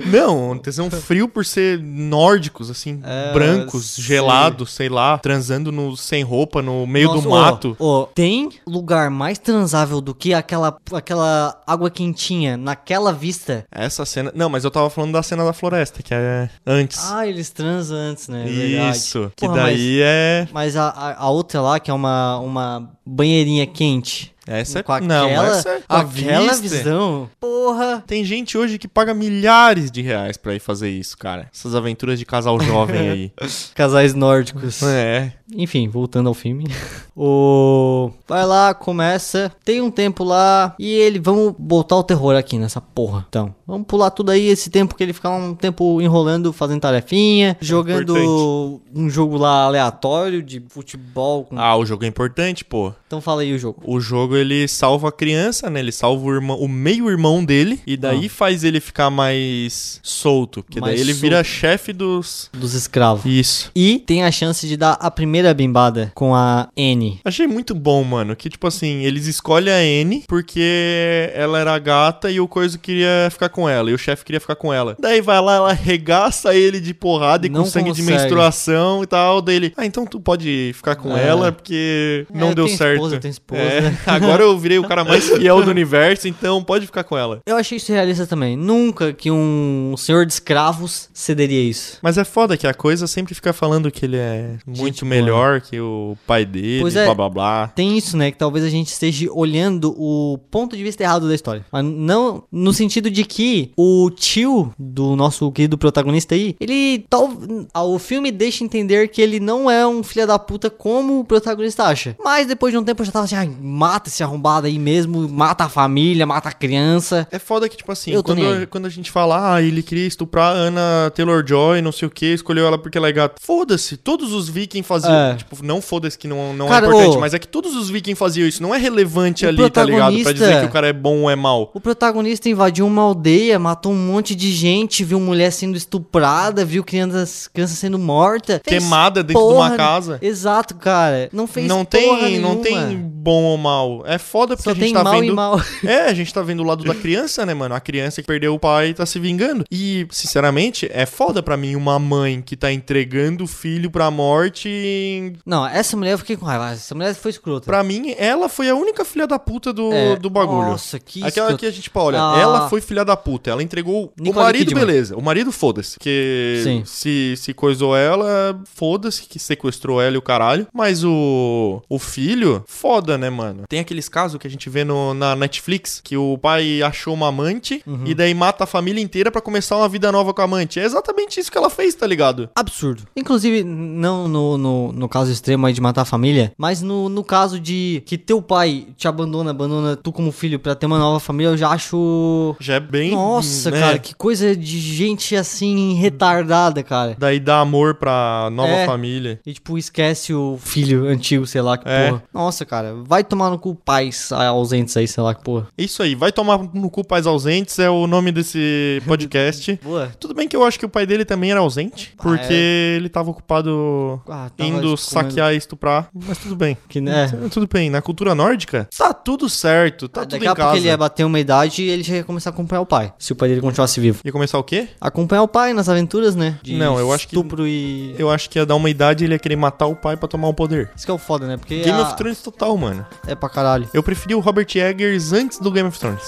S2: Não, um tesão frio por ser nórdicos, assim,
S3: É,
S2: brancos,
S3: sim.
S2: gelados, sei lá, transando no, sem roupa no meio
S3: Nossa,
S2: do
S3: ó,
S2: mato.
S3: Ó, tem lugar mais transável do que aquela, aquela água quentinha naquela vista?
S2: Essa cena. Não, mas eu tava falando da cena da floresta, que é antes.
S3: Ah, eles transam antes, né? É verdade.
S2: Isso. Que
S3: Porra,
S2: daí é.
S3: Mas, mas a, a- a outra lá, que é uma, uma banheirinha quente.
S2: Essa é.
S3: Com aquela,
S2: não, essa é.
S3: com aquela
S2: vista.
S3: visão. Porra.
S2: Tem gente hoje que paga milhares de reais pra ir fazer isso, cara. Essas aventuras de casal jovem aí.
S3: Casais nórdicos.
S2: é.
S3: Enfim, voltando ao filme. o. Vai lá, começa. Tem um tempo lá. E ele. Vamos botar o terror aqui nessa porra. Então, vamos pular tudo aí. Esse tempo que ele fica um tempo enrolando, fazendo tarefinha. jogando um jogo lá aleatório de futebol. com-
S2: Ah, o jogo é importante, pô.
S3: Então fala aí o jogo.
S2: O jogo ele salva a criança, né? Ele salva o, irmão- o meio-irmão dele e daí faz ele ficar mais solto, porque
S3: Ah. Mais
S2: daí ele
S3: solto.
S2: vira chefe dos
S3: Dos escravos.
S2: Isso.
S3: E tem a chance de dar a primeira bimbada com a N.
S2: Achei muito bom, mano, que tipo assim, eles escolhem a N porque ela era gata e o coisa queria ficar com ela, e o chefe queria ficar com ela. Daí vai lá, ela arregaça ele de porrada e
S3: Não
S2: com sangue de
S3: consegue.
S2: menstruação e tal, daí ele, ah, então tu pode ficar com
S3: É.
S2: ela porque
S3: É,
S2: não
S3: eu
S2: deu
S3: tenho
S2: certo. É,
S3: esposa, eu tenho esposa.
S2: agora eu virei o cara mais fiel do universo, então pode ficar com ela.
S3: Eu achei isso realista também. Nunca que um senhor de escravos cederia isso.
S2: Mas é foda que a coisa sempre fica falando que ele é muito
S3: boa,
S2: melhor que o pai dele,
S3: Pois é.
S2: blá blá blá.
S3: Tem isso, né? Que talvez a gente esteja olhando o ponto de vista errado da história. Mas não no sentido de que o tio do nosso querido protagonista aí, ele tal. ah, O filme deixa entender que ele não é um filho da puta como o protagonista acha. Mas depois de um tempo eu já tava assim, ai, mata esse arrombado aí mesmo, mata a família, mata a criança.
S2: É foda que, tipo assim,
S3: Eu tô
S2: quando,
S3: nem aí.
S2: quando a gente fala, ah, ele queria estuprar a Anna Taylor-Joy, não sei o que, escolheu ela porque ela é gata. Foda-se, todos os vikings faziam,
S3: É.
S2: tipo, não foda-se que não, não
S3: Cara,
S2: é importante,
S3: ô.
S2: mas é que todos os vikings faziam isso, não é relevante
S3: O
S2: ali, tá ligado? Pra dizer
S3: protagonista-
S2: que o cara é bom ou é mal.
S3: O protagonista invadiu uma aldeia, matou um monte de gente, viu mulher sendo estuprada, viu crianças, crianças sendo morta. Fez
S2: Queimada dentro de uma
S3: porra-
S2: casa.
S3: Exato, cara. Não fez
S2: Não
S3: porra
S2: tem,
S3: nenhuma.
S2: não tem bom ou mal. É foda porque
S3: Só
S2: a gente
S3: tem
S2: tá
S3: mal e
S2: vendo.
S3: mal.
S2: É, a gente tá vendo o lado da criança, né, mano? A criança que perdeu o pai e tá se vingando. E, sinceramente, é foda pra mim uma mãe que tá entregando o filho pra morte. em-
S3: Não, essa mulher eu fiquei com raiva. Essa mulher foi escrota.
S2: Pra mim, ela foi a única filha da puta do,
S3: É,
S2: do bagulho.
S3: nossa, que
S2: Aquela
S3: escrota.
S2: que a gente, tipo, olha,
S3: Ah.
S2: ela foi filha da puta. Ela entregou o
S3: Nicole
S2: marido,
S3: Kidman.
S2: beleza. O marido, foda-se. Que
S3: Sim.
S2: se, se coisou ela, foda-se, que sequestrou ela e o caralho. Mas o, o filho, foda, né, mano? Tem aqueles casos que a gente vê no, na Netflix que o pai achou uma amante
S3: Uhum.
S2: e daí mata a família inteira pra começar uma vida nova com a amante. É exatamente isso que ela fez, tá ligado?
S3: Absurdo. Inclusive, não no, no, no caso extremo aí de matar a família, mas no, no caso de que teu pai te abandona, abandona tu como filho pra ter uma nova família, eu já acho.
S2: Já é bem.
S3: Nossa,
S2: né,
S3: cara, que coisa de gente assim retardada, cara.
S2: Daí dá amor pra nova
S3: É.
S2: família.
S3: E tipo, esquece o filho antigo, sei lá que
S2: É.
S3: porra. Nossa, cara, vai tomar no cu pais ah, ausentes aí, sei lá que porra.
S2: É Isso aí, vai tomar no cu pais ausentes é o nome desse podcast.
S3: Boa.
S2: Tudo bem que eu acho que o pai dele também era ausente, porque ele tava ocupado
S3: é. Ah, tava
S2: indo
S3: escondendo.
S2: saquear e estuprar, mas tudo bem.
S3: Que, né?
S2: Tudo bem, na cultura nórdica, tá tudo certo, tá
S3: Ah,
S2: tudo
S3: Daqui
S2: em
S3: a pouco
S2: casa.
S3: ele ia bater uma idade e ele já ia começar a acompanhar o pai. Se o pai dele continuasse vivo.
S2: Ia começar o quê?
S3: Acompanhar o pai nas aventuras, né?
S2: Não, eu acho que-
S3: estupro e.
S2: Eu acho que ia dar uma idade e ele ia querer matar o pai pra tomar o poder.
S3: Isso que é o foda, né? Porque.
S2: Game
S3: a-
S2: of Thrones total, mano.
S3: É pra caralho.
S2: Eu preferi o Robert Eggers antes do Game of Thrones.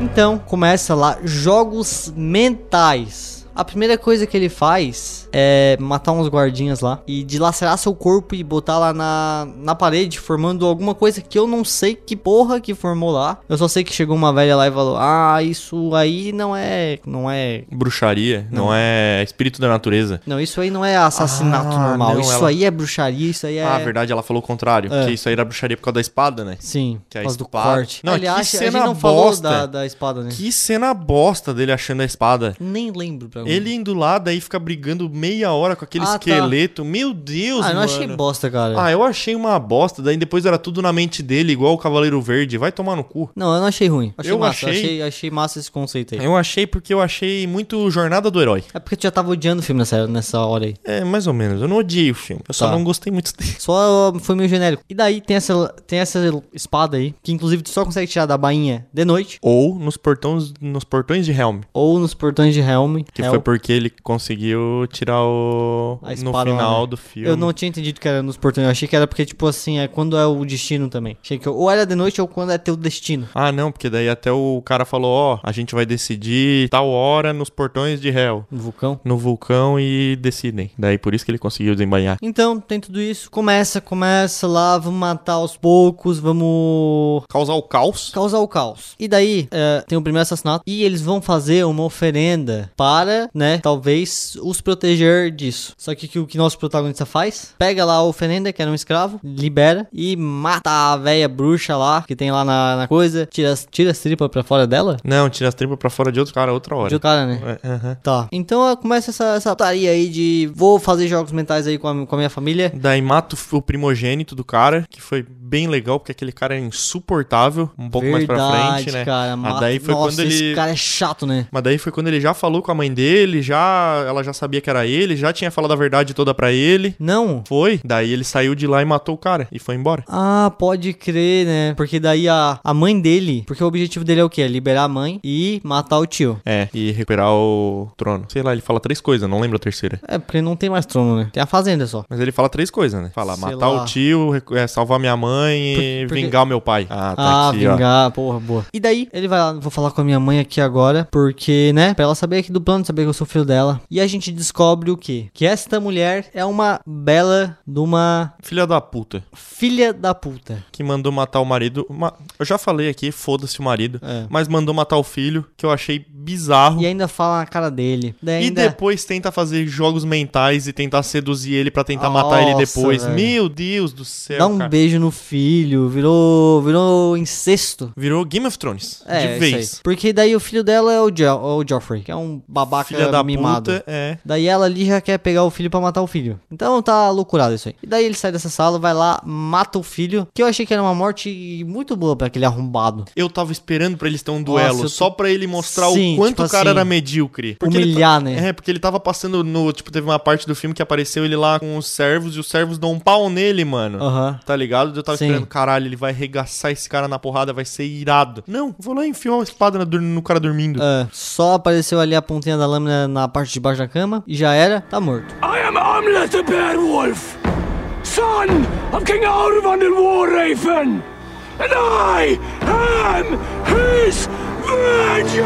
S3: Então, começa lá: jogos mentais. A primeira coisa que ele faz é matar uns guardinhas lá e dilacerar seu corpo e botar lá na, na parede, formando alguma coisa que eu não sei que porra que formou lá. Eu só sei que chegou uma velha lá e falou: Ah, isso aí não é. Não é.
S2: Bruxaria, não, é espírito da natureza.
S3: Não, isso aí não é assassinato
S2: Ah,
S3: normal.
S2: não,
S3: isso
S2: ela-
S3: aí é bruxaria, isso aí é.
S2: Ah, verdade, ela falou o contrário,
S3: É.
S2: que isso aí era bruxaria por causa da espada, né?
S3: Sim,
S2: Que
S3: por
S2: a
S3: causa do
S2: espada-
S3: corte.
S2: Não,
S3: Aliás,
S2: que
S3: a gente
S2: cena
S3: não falou
S2: bosta.
S3: da, da espada, né?
S2: Que cena bosta dele achando a espada.
S3: Nem lembro pra mim.
S2: Ele indo lá, daí fica brigando meia hora com aquele
S3: Hum. Ah, tá.
S2: esqueleto. Meu Deus,
S3: Ah, eu
S2: mano.
S3: não achei bosta, cara.
S2: Ah, eu achei uma bosta. Daí depois era tudo na mente dele, igual o Cavaleiro Verde. Vai tomar no cu.
S3: Não, eu não achei ruim. Achei
S2: Eu
S3: massa.
S2: achei-
S3: Achei... Achei, massa esse conceito aí.
S2: Eu achei porque eu achei muito Jornada do Herói.
S3: É porque tu já tava odiando o filme nessa, nessa hora aí.
S2: É, mais ou menos. Eu não odiei o filme. Eu só
S3: Tá.
S2: não gostei muito dele.
S3: Só uh, foi meio genérico. E daí tem essa, tem essa espada aí, que inclusive tu só consegue tirar da bainha de noite,
S2: Ou nos portões, nos portões de Helm.
S3: ou nos portões de Helm.
S2: Que foi porque ele conseguiu tirar o.
S3: É A
S2: no
S3: espada lá,
S2: final
S3: né?
S2: do filme.
S3: Eu não tinha entendido que era nos portões. Eu achei que era porque, tipo assim, é quando é o destino também. Achei que ou era de noite ou quando é teu destino.
S2: Ah, não, porque daí até o cara falou: Ó, a gente vai decidir tal hora nos portões de Helm.
S3: No um vulcão.
S2: no vulcão e decidem. Daí por isso que ele conseguiu desembainhar.
S3: Então, tem tudo isso. Começa, começa lá, vamos matar aos poucos, vamos
S2: Causar o caos.
S3: causar o caos. E daí, é, tem o primeiro assassinato e eles vão fazer uma oferenda para, né, talvez os proteger disso. Só que, que o que nosso protagonista faz? Pega lá a oferenda, que era um escravo, libera e mata a velha bruxa lá, que tem lá na, na coisa, tira, as- tira as tripas pra fora dela.
S2: Não, tira as tripas pra fora de outro cara outra hora.
S3: De cara, né?
S2: É, aham.
S3: Tá. Então ó, começa essa, essa putaria aí de vou fazer jogos mentais aí com a, com a minha família.
S2: Daí mata o f- o primogênito do cara, que foi bem legal, porque aquele cara é insuportável, um pouco mais pra frente, né?
S3: cara.
S2: Ah,
S3: mata-
S2: daí foi
S3: Nossa,
S2: quando ele.
S3: esse cara é chato, né?
S2: Mas daí foi quando ele já falou com a mãe ele, já ela já sabia que era ele, já tinha falado a verdade toda pra ele.
S3: Não.
S2: Foi, daí ele saiu de lá e matou o cara e foi embora.
S3: Ah, pode crer, né? Porque daí a, a mãe dele. Porque o objetivo dele é o quê? É liberar a mãe e matar o tio.
S2: É, e recuperar o trono. Sei lá, ele fala três coisas, não lembro a terceira.
S3: É, porque não tem mais trono, né? Tem a fazenda só.
S2: Mas ele fala três coisas, né? Fala
S3: Sei
S2: matar
S3: lá.
S2: o tio, recu- é, salvar minha mãe e
S3: Por- porque-
S2: vingar o meu pai. Ah,
S3: Ah,
S2: tá aqui, ó.
S3: vingar, porra, boa. E daí, ele vai lá, vou falar com a minha mãe aqui agora, porque, né, pra ela saber aqui do plano, saber que eu sou filho dela. E a gente descobre o quê? Que esta mulher é uma bela de uma
S2: Filha da puta,
S3: filha da puta.
S2: que mandou matar o marido. Ma- Eu já falei aqui, foda-se o marido.
S3: É.
S2: Mas mandou matar o filho, que eu achei bizarro.
S3: E ainda fala na cara dele. Daí
S2: E
S3: ainda...
S2: depois tenta fazer jogos mentais e tentar seduzir ele pra tentar matar ele
S3: Nossa,
S2: depois.
S3: velho.
S2: Meu Deus do céu,
S3: Dá um
S2: cara.
S3: beijo no filho, virou, virou incesto.
S2: Virou Game of Thrones,
S3: É,
S2: de
S3: isso aí.
S2: vez.
S3: Porque daí o filho dela é o, jo é o Joffrey, que é um babaca
S2: Filha da
S3: mimado.
S2: puta, é.
S3: Daí ela ali já quer pegar o filho pra matar o filho. Então tá loucurado isso aí. E daí ele sai dessa sala, vai lá, mata o filho, que eu achei que era uma morte muito boa pra aquele arrombado.
S2: Eu tava esperando pra eles ter um duelo,
S3: eu tô-
S2: só pra ele mostrar
S3: Sim,
S2: o quanto
S3: tipo
S2: o cara
S3: assim,
S2: era medíocre.
S3: humilhar,
S2: ele, ta-
S3: né?
S2: É, porque ele tava passando no. Tipo, teve uma parte do filme que apareceu ele lá com os servos e os servos dão um pau nele, mano.
S3: Aham.
S2: Tá ligado? Eu tava
S3: Sim.
S2: esperando, caralho, ele vai arregaçar esse cara na porrada, vai ser irado. Não, vou lá enfiar uma espada na dur- no cara dormindo.
S3: É, só apareceu ali a pontinha da lâmina na parte de baixo da cama e já era, tá morto.
S4: I am Amlet the Beowulf, son of King Arvan the War Raven, and I am his vengeance!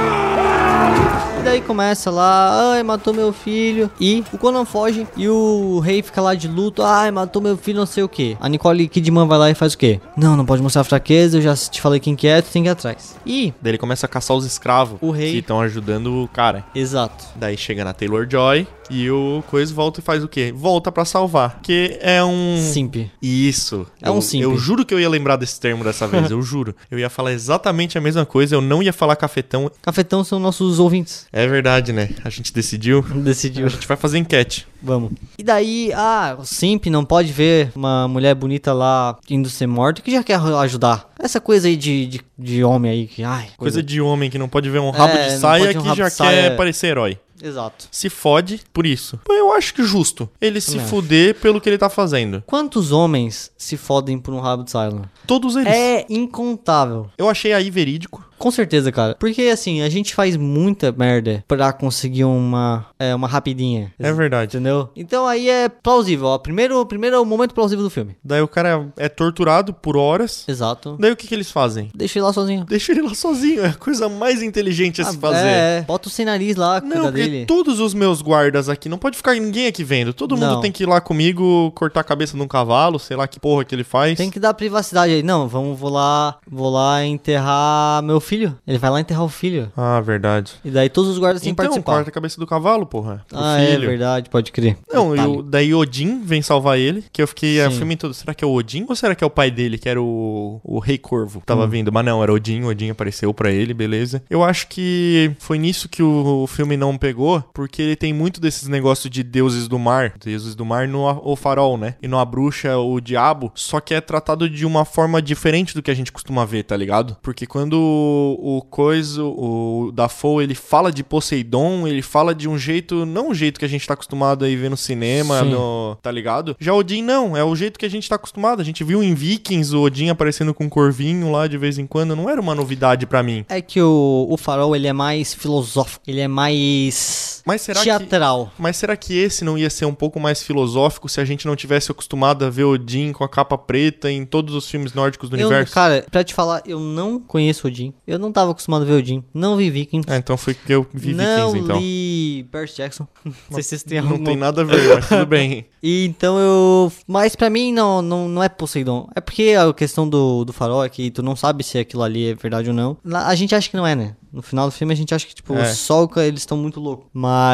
S3: E daí começa lá, ai, matou meu filho. E o Conan foge e o rei fica lá de luto, ai, matou meu filho, não sei o que. A Nicole Kidman vai lá e faz o quê? Não, não pode mostrar a fraqueza, eu já te falei quem que é, tu tem que ir atrás. E,
S2: Daí ele começa a caçar os escravos
S3: O rei.
S2: que estão ajudando o cara.
S3: exato.
S2: Daí chega na Taylor Joy e o Coisa volta e faz o quê? Volta pra salvar. Que é um.
S3: Simp.
S2: Isso.
S3: É um
S2: Eu-
S3: simp.
S2: Eu juro que eu ia lembrar desse termo dessa vez, eu juro. Eu ia falar exatamente a mesma coisa, eu não ia falar cafetão.
S3: Cafetão são nossos ouvintes.
S2: É verdade, né? A gente decidiu.
S3: Decidiu.
S2: A gente vai fazer enquete.
S3: Vamos. E daí, ah, o Simp não pode ver uma mulher bonita lá indo ser morta que já quer ajudar. Essa coisa aí de, de, de homem aí que, ai.
S2: Coisa de homem que não pode ver um rabo
S3: É,
S2: de
S3: não
S2: saia
S3: pode ver um
S2: que
S3: rabo
S2: já
S3: de saia.
S2: quer parecer herói.
S3: Exato.
S2: Se fode por isso. Mas Eu acho que justo. Ele se
S3: Também acho.
S2: fuder pelo que ele tá fazendo.
S3: Quantos homens se fodem por um rabo de Silent?
S2: Todos eles.
S3: É incontável.
S2: Eu achei aí verídico.
S3: Com certeza, cara. Porque assim, a gente faz muita merda pra conseguir uma, é, uma rapidinha.
S2: É verdade.
S3: Entendeu? Então aí é plausível, ó. Primeiro, primeiro é o momento plausível do filme.
S2: Daí o cara é torturado por horas.
S3: Exato.
S2: Daí o que, que eles fazem?
S3: Deixa ele lá sozinho.
S2: Deixa ele lá sozinho. É a coisa mais inteligente a se fazer.
S3: É, bota o sem nariz lá,
S2: Não,
S3: cuida
S2: porque
S3: dele.
S2: todos os meus guardas aqui, não pode ficar ninguém aqui vendo. Todo mundo
S3: Não.
S2: tem que ir lá comigo cortar a cabeça de um cavalo, sei lá que porra que ele faz.
S3: Tem que dar privacidade aí. Não, vamos, vou lá, vou lá enterrar meu filho. Ele vai lá enterrar o filho.
S2: Ah, verdade.
S3: E daí todos os guardas têm que
S2: então,
S3: participar.
S2: corta a cabeça do cavalo, porra. Pro
S3: Ah, é
S2: filho.
S3: verdade, pode crer.
S2: Não, e
S3: Detalhe.
S2: o, daí Odin vem salvar ele, que eu fiquei o
S3: Sim.
S2: filme todo, será que é o Odin ou será que é o pai dele, que era o, o Rei Corvo, que tava vindo? Mas não, era Odin, Odin apareceu pra ele, beleza. Eu acho que foi nisso que o, o filme não pegou, porque ele tem muito desses negócios de deuses do mar, deuses do mar no a- o farol, né? E no A Bruxa, o Diabo, só que é tratado de uma forma diferente do que a gente costuma ver, tá ligado? Porque quando o, o Coiso, o Dafoe, ele fala de Poseidon, ele fala de um jeito, não um jeito que a gente tá acostumado aí ver no cinema,
S3: Sim.
S2: no, tá ligado? Já Odin não, é o jeito que a gente tá acostumado. A gente viu em Vikings o Odin aparecendo com um corvinho lá de vez em quando, não era uma novidade pra mim.
S3: É que o, o farol, ele é mais filosófico. Ele é mais
S2: Mas será que
S3: teatral.
S2: mas será que esse não ia ser um pouco mais filosófico se a gente não tivesse acostumado a ver Odin com a capa preta em todos os filmes nórdicos do
S3: Eu,
S2: universo?
S3: cara, pra te falar, eu não conheço Odin. Eu não tava acostumado a ver Odin. Não vi Vikings.
S2: Ah, então foi que eu vi
S3: não
S2: Vikings, então.
S3: li Percy Jackson. Não sei se vocês têm alguma
S2: Não tem nada a ver, mas tudo bem.
S3: E então eu. Mas pra mim não, não, não é Poseidon. É porque a questão do, do farol é que tu não sabe se aquilo ali é verdade ou não. Na- A gente acha que não é, né? No final do filme a gente acha que, tipo,
S2: É.
S3: o sol, ca- eles estão muito loucos.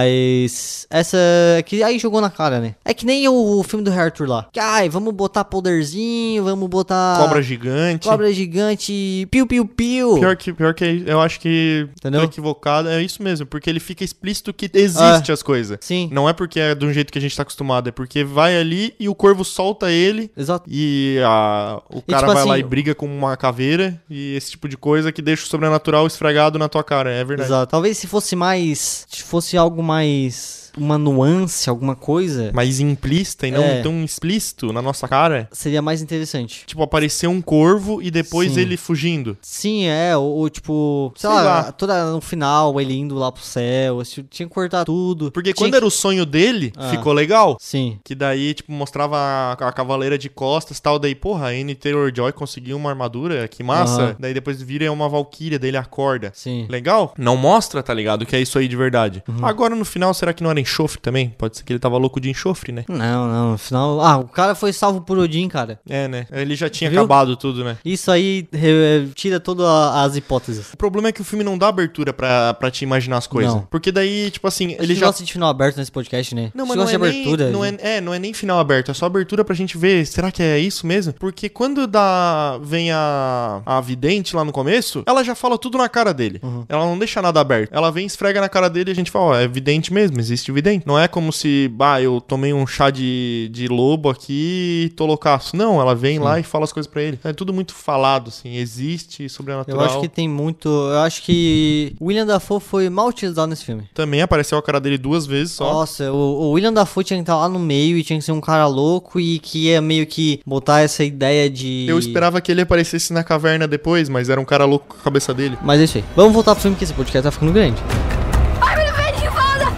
S3: Mas. Essa. é que aí jogou na cara, né? É que nem o, o filme do Rei Arthur lá. Que, ai, vamos botar poderzinho, vamos botar.
S2: Cobra gigante.
S3: Cobra gigante. Piu, piu, piu.
S2: Pior que, pior que eu acho que
S3: Tipo- Entendeu? É.
S2: tô equivocado, é isso mesmo, porque ele fica explícito que existe as coisas.
S3: Sim.
S2: Não é porque é de um jeito que a gente tá acostumado, é porque vai ali e o corvo solta ele
S3: Exato.
S2: e a- o cara
S3: tipo
S2: vai lá
S3: assim,
S2: e briga com uma caveira e esse tipo de coisa que deixa o sobrenatural esfregado na na tua cara, é verdade.
S3: Exato. Talvez se fosse mais. Se fosse algo mais. Uma nuance, alguma coisa.
S2: Mas implícita e não
S3: É.
S2: tão explícito na nossa cara.
S3: Seria mais interessante.
S2: Tipo, apareceu um corvo e depois
S3: Sim.
S2: ele fugindo.
S3: Sim, é, ou, ou, tipo, sei,
S2: Sei
S3: lá,
S2: lá.
S3: toda no final, ele indo lá pro céu, esse- tinha que cortar tudo.
S2: Porque
S3: Tinha
S2: quando era o sonho dele,
S3: Ah.
S2: ficou legal.
S3: que- Sim.
S2: Que daí, tipo, mostrava a, a cavaleira de costas e tal. Daí, porra, a Anne Taylor-Joy conseguiu uma armadura, que massa.
S3: Aham.
S2: Daí depois vira uma valquíria, daí ele acorda.
S3: Sim. Uhum.
S2: Legal? Não mostra, tá ligado? Que é isso aí de verdade. Agora, no final, será que não era enxofre também? Pode ser que ele tava louco de enxofre, né?
S3: Não, não, no final. Ah, o cara foi salvo por Odin, cara.
S2: É, né? Ele já tinha
S3: Viu?
S2: acabado tudo, né?
S3: Isso aí eh, tira todas as hipóteses.
S2: O problema é que o filme não dá abertura pra, pra te imaginar as coisas.
S3: Não.
S2: Porque daí, tipo assim,
S3: Ele
S2: ele já
S3: gosta de final aberto nesse podcast, né?
S2: Não,
S3: A
S2: mas
S3: gente
S2: não é,
S3: gosta de abertura.
S2: nem, não
S3: né?
S2: é, é, não é nem final aberto, é só abertura pra gente ver, será que é isso mesmo? Porque quando dá, vem a, a vidente lá no começo, ela já fala tudo na cara dele.
S3: Uhum.
S2: Ela não deixa nada aberto. Ela vem, esfrega na cara dele e a gente fala, ó, é vidente mesmo, existe vidente. Não é como se, bah, eu tomei um chá de, de lobo aqui e tô loucaço. Não, ela vem lá e fala as coisas pra ele. É tudo muito falado, assim, existe,
S3: Eu
S2: sobrenatural.
S3: acho que tem muito. Eu acho que William Dafoe foi mal utilizado nesse filme.
S2: Também apareceu a cara dele duas vezes só.
S3: Nossa, o, o William Dafoe tinha que estar lá no meio e tinha que ser um cara louco e que ia meio que botar essa ideia de.
S2: Eu esperava que ele aparecesse na caverna depois, mas era um cara louco com a cabeça dele.
S3: Mas é isso aí. Vamos voltar pro filme que esse podcast tá ficando grande.
S5: I will avenge you, father!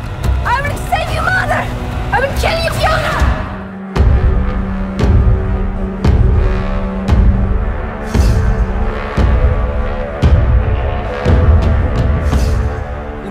S5: I will save you, mother! I will kill you, Fiona!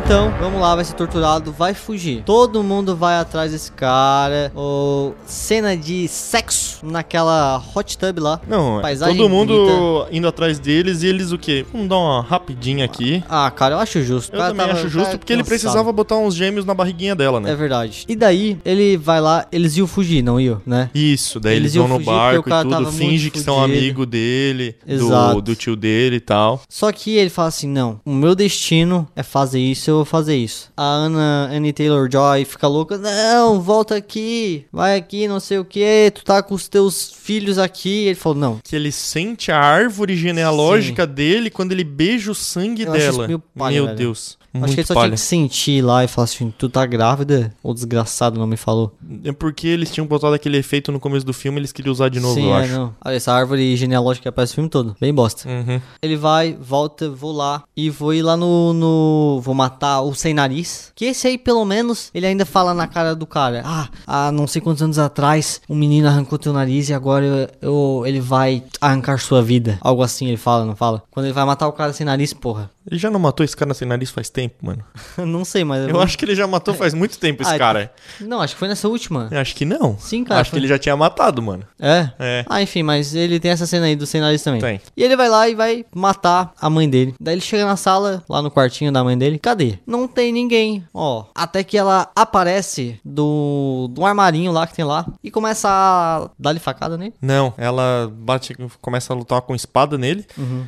S3: Então, vamos lá, vai ser torturado, vai fugir. Todo mundo vai atrás desse cara. Ou cena de sexo naquela hot tub lá.
S2: Não,
S3: Paisagem
S2: todo mundo
S3: bonita.
S2: indo atrás deles e eles o quê? Vamos dar uma rapidinha aqui.
S3: Ah, tá cara, eu acho justo. O
S2: Eu
S3: cara
S2: também
S3: tava-
S2: acho
S3: o
S2: justo,
S3: cara
S2: porque ele
S3: cansado.
S2: precisava botar uns gêmeos na barriguinha dela,
S3: É
S2: né?
S3: verdade. E daí, ele vai lá, eles iam fugir, não iam, né?
S2: Isso, daí
S3: Eles
S2: eles,
S3: iam
S2: vão no
S3: fugir porque o
S2: barco e
S3: cara
S2: tudo,
S3: tava
S2: finge
S3: muito
S2: que são
S3: fudido.
S2: amigo dele, do,
S3: Exato.
S2: do tio dele e tal.
S3: Só que ele fala assim: não, o meu destino é fazer isso, eu vou fazer isso. A Ana, Annie Taylor Joy fica louca: não, volta aqui, vai aqui, não sei o que, tu tá com os teus filhos aqui. Ele falou: não,
S2: Que ele sente a árvore genealógica dele quando ele beija o sangue
S3: Eu acho isso
S2: dela.
S3: meio palha,
S2: Meu
S3: velho.
S2: Deus.
S3: Acho que ele
S2: Muito
S3: só tinha
S2: palha.
S3: que sentir lá e falar assim, tu tá grávida? O desgraçado não me falou.
S2: É porque eles tinham botado aquele efeito no começo do filme, eles queriam usar de novo,
S3: Sim,
S2: eu
S3: é,
S2: acho.
S3: não. Olha, essa árvore genealógica aparece o filme todo. Bem bosta.
S2: Uhum.
S3: Ele vai, volta, vou lá e vou ir lá no, no- Vou matar o sem nariz. Que esse aí, pelo menos, ele ainda fala na cara do cara. Ah, há não sei quantos anos atrás, um menino arrancou teu nariz e agora eu, eu- ele vai arrancar sua vida. Algo assim ele fala, não fala? Quando ele vai matar o cara sem nariz, porra.
S2: Ele já não matou esse cara sem nariz faz tempo, mano.
S3: não sei, mas.
S2: Eu acho que ele já matou faz muito tempo esse
S3: Ah,
S2: cara.
S3: Não, acho que foi nessa última.
S2: Eu Acho que não.
S3: Sim, cara,
S2: Acho
S3: foi-
S2: que ele já tinha matado, mano.
S3: É?
S2: É.
S3: Ah, enfim, mas ele tem essa cena aí do cenário também.
S2: Tem.
S3: E ele vai lá e vai matar a mãe dele. Daí ele chega na sala, lá no quartinho da mãe dele. Cadê? Não tem ninguém. Ó, até que ela aparece do, do armarinho lá que tem lá e começa a dar-lhe facada nele.
S2: Não, ela bate, começa a lutar com espada nele,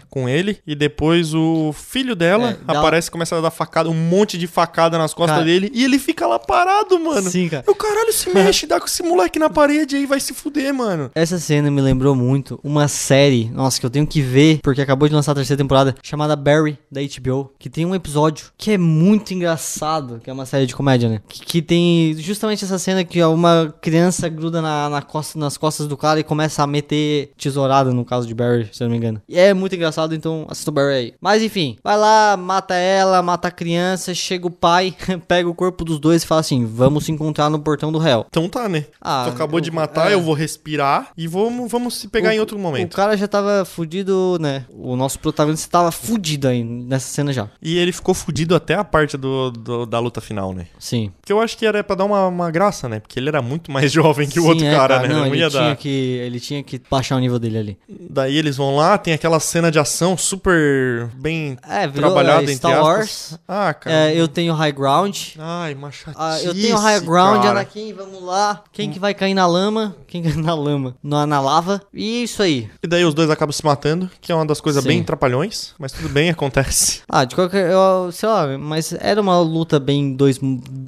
S2: com ele, e depois o filho dela
S3: Uhum. É, dá-
S2: aparece, começa a dar facada, um monte de facada nas costas
S3: Cara-
S2: dele, e ele fica lá parado, mano.
S3: Sim, cara.
S2: Eu, caralho, se mexe, dá com esse moleque na parede aí, vai se fuder, mano.
S3: Essa cena me lembrou muito uma série, nossa, que eu tenho que ver, porque acabou de lançar a terceira temporada, chamada Barry, da HBO, que tem um episódio que é muito engraçado, que é uma série de comédia, né? Que, que tem justamente essa cena que uma criança gruda na, na costa, nas costas do cara e começa a meter tesourada, no caso de Barry, se eu não me engano. E é muito engraçado, então assista o Barry aí. Mas enfim, vai lá, mata ela, mata a criança, chega o pai, pega o corpo dos dois e fala assim, vamos se encontrar no portão do réu.
S2: Então tá, né?
S3: Ah,
S2: tu acabou
S3: eu-
S2: de matar,
S3: é.
S2: eu vou respirar e vamos, vamos se pegar
S3: O-
S2: em outro
S3: O
S2: momento.
S3: cara já tava fudido, né? O nosso protagonista tava fudido aí nessa cena já.
S2: E ele ficou fudido até a parte do, do- da luta final, né?
S3: Sim.
S2: Que eu acho que era pra dar uma, uma graça, né? Porque ele era muito mais jovem que o outro
S3: Sim, é,
S2: cara, né?
S3: Não, ele,
S2: ia
S3: tinha
S2: dar.
S3: Que, ele tinha que baixar o nível dele ali.
S2: Daí eles vão lá, tem aquela cena de ação super bem
S3: É, virou,
S2: trabalhada,
S3: é,
S2: entre
S3: Star
S2: aspas.
S3: Wars.
S2: Ah, cara.
S3: É, eu tenho high ground.
S2: Ai, machatice,
S3: Ah, eu tenho high ground,
S2: cara.
S3: Anakin, vamos lá. Quem que vai cair na lama? Quem cai na lama? Na, na lava. E isso aí.
S2: E daí os dois acabam se matando, que é uma das coisas
S3: Sim.
S2: bem trapalhões, mas tudo bem, acontece.
S3: Ah, de qualquer. Eu, sei lá, mas era uma luta bem. Dois,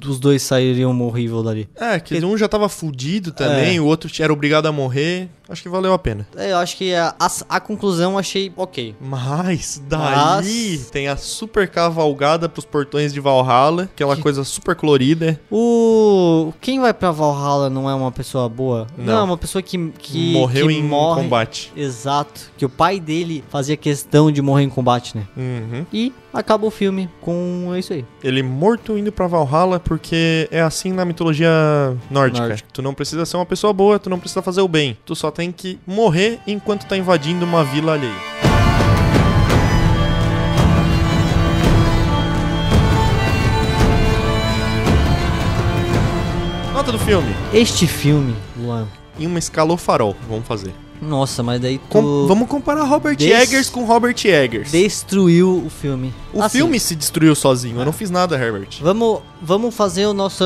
S3: os dois sairiam horrível dali. É.
S2: É, que um já tava fudido também, o outro era obrigado a morrer. acho que valeu a pena.
S3: É, Eu acho que a, a, a conclusão eu achei ok.
S2: Mas daí
S3: Mas-
S2: tem a super cavalgada pros portões de Valhalla, aquela coisa super colorida,
S3: O. Quem vai pra Valhalla não é uma pessoa boa?
S2: Não.
S3: é uma pessoa que. que
S2: morreu
S3: que
S2: em
S3: morre.
S2: combate.
S3: Exato. Que o pai dele fazia questão de morrer em combate, né?
S2: Uhum.
S3: E acaba o filme com isso aí.
S2: Ele morto indo pra Valhalla porque é assim na mitologia nórdica.
S3: Nórdica.
S2: Tu não precisa ser uma pessoa boa, tu não precisa fazer o bem. Tu só tem que morrer enquanto tá invadindo uma vila alheia. Nota do filme.
S3: Este filme, Luan.
S2: Em uma escala o farol, vamos fazer.
S3: Nossa, mas daí tu.
S2: Com- vamos comparar Robert
S3: Des-
S2: Eggers com Robert Eggers.
S3: Destruiu o filme.
S2: O
S3: Assim,
S2: filme se destruiu sozinho, eu não fiz nada, Herbert.
S3: Vamos, vamos fazer o nosso,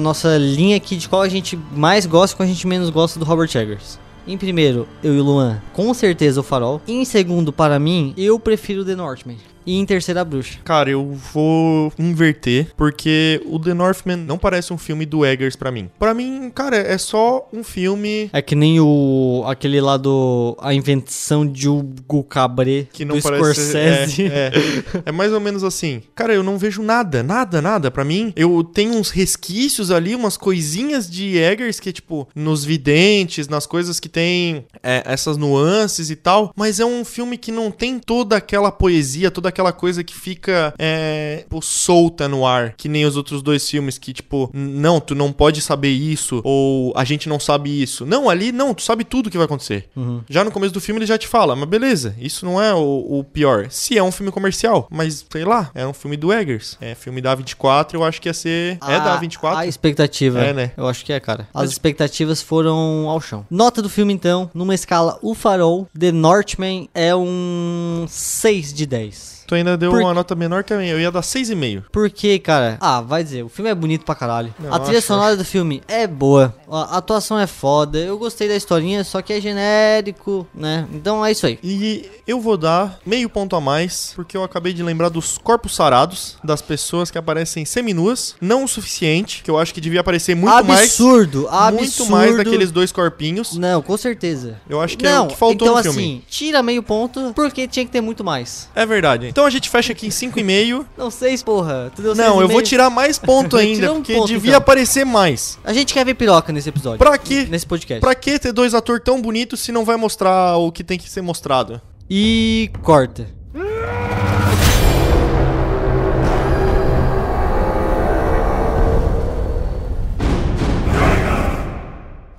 S3: nossa linha aqui de qual a gente mais gosta e qual a gente menos gosta do Robert Eggers. Em primeiro, eu e o Luan, com certeza o Farol. Em segundo, para mim, eu prefiro The Northman. E em terceiro, a Bruxa.
S2: Cara, eu vou inverter, porque o The Northman não parece um filme do Eggers pra mim. Pra mim, cara, é só um filme
S3: É que nem o aquele lá do a invenção de Hugo Cabret
S2: que não
S3: do
S2: parece...
S3: Scorsese.
S2: É, é, é mais ou menos assim. Cara, eu não vejo nada, nada, nada Pra mim. Eu tenho uns resquícios ali, umas coisinhas de Eggers que, tipo, nos videntes, nas coisas que tem é, essas nuances e tal, mas é um filme que não tem toda aquela poesia, toda aquela coisa que fica é, tipo, solta no ar, que nem os outros dois filmes que, tipo, "N- não, tu não pode saber isso, ou a gente não sabe isso. Não, ali não, tu sabe tudo o que vai acontecer. Já no começo do filme ele já te fala, mas beleza, isso não é o, o pior. Se é um filme comercial, mas sei lá, é um filme do Eggers. É filme da 24, eu acho que ia ser. é da
S3: A-
S2: 24?
S3: A expectativa.
S2: É, né?
S3: Eu acho que é, cara. As expectativas foram ao chão. Nota do filme, então, numa escala O Farol, The Northman é um 6 de 10.
S2: Tu ainda deu
S3: Por-
S2: uma nota menor que a minha, eu ia dar 6,5.
S3: Por quê, cara? Ah, vai dizer, o filme é bonito pra caralho.
S2: Não,
S3: a trilha
S2: acho-
S3: sonora do filme é boa. A atuação é foda. Eu gostei da historinha, só que é genérico, né? Então é isso aí.
S2: E eu vou dar meio ponto a mais, porque eu acabei de lembrar dos corpos sarados, das pessoas que aparecem seminuas. Não o suficiente, que eu acho que devia aparecer muito
S3: absurdo,
S2: mais.
S3: absurdo.
S2: Muito mais daqueles dois corpinhos.
S3: Não, com certeza.
S2: Eu acho que
S3: não,
S2: é o que faltou
S3: então,
S2: no filme.
S3: assim, tira meio ponto, porque tinha que ter muito mais.
S2: É verdade. Então a gente fecha aqui em 5,5.
S3: Não, seis, porra. Tu deu seis e
S2: Não, eu vou
S3: meio.
S2: tirar mais ponto ainda,
S3: Tira um
S2: porque
S3: ponto,
S2: devia
S3: então.
S2: aparecer mais.
S3: A gente quer ver piroca nesse episódio.
S2: Pra quê?
S3: Nesse podcast.
S2: Pra que ter dois atores tão bonitos se não vai mostrar o que tem que ser mostrado?
S3: E corta.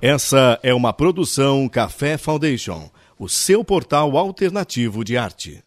S7: Essa é uma produção Café Foundation, o seu portal alternativo de arte.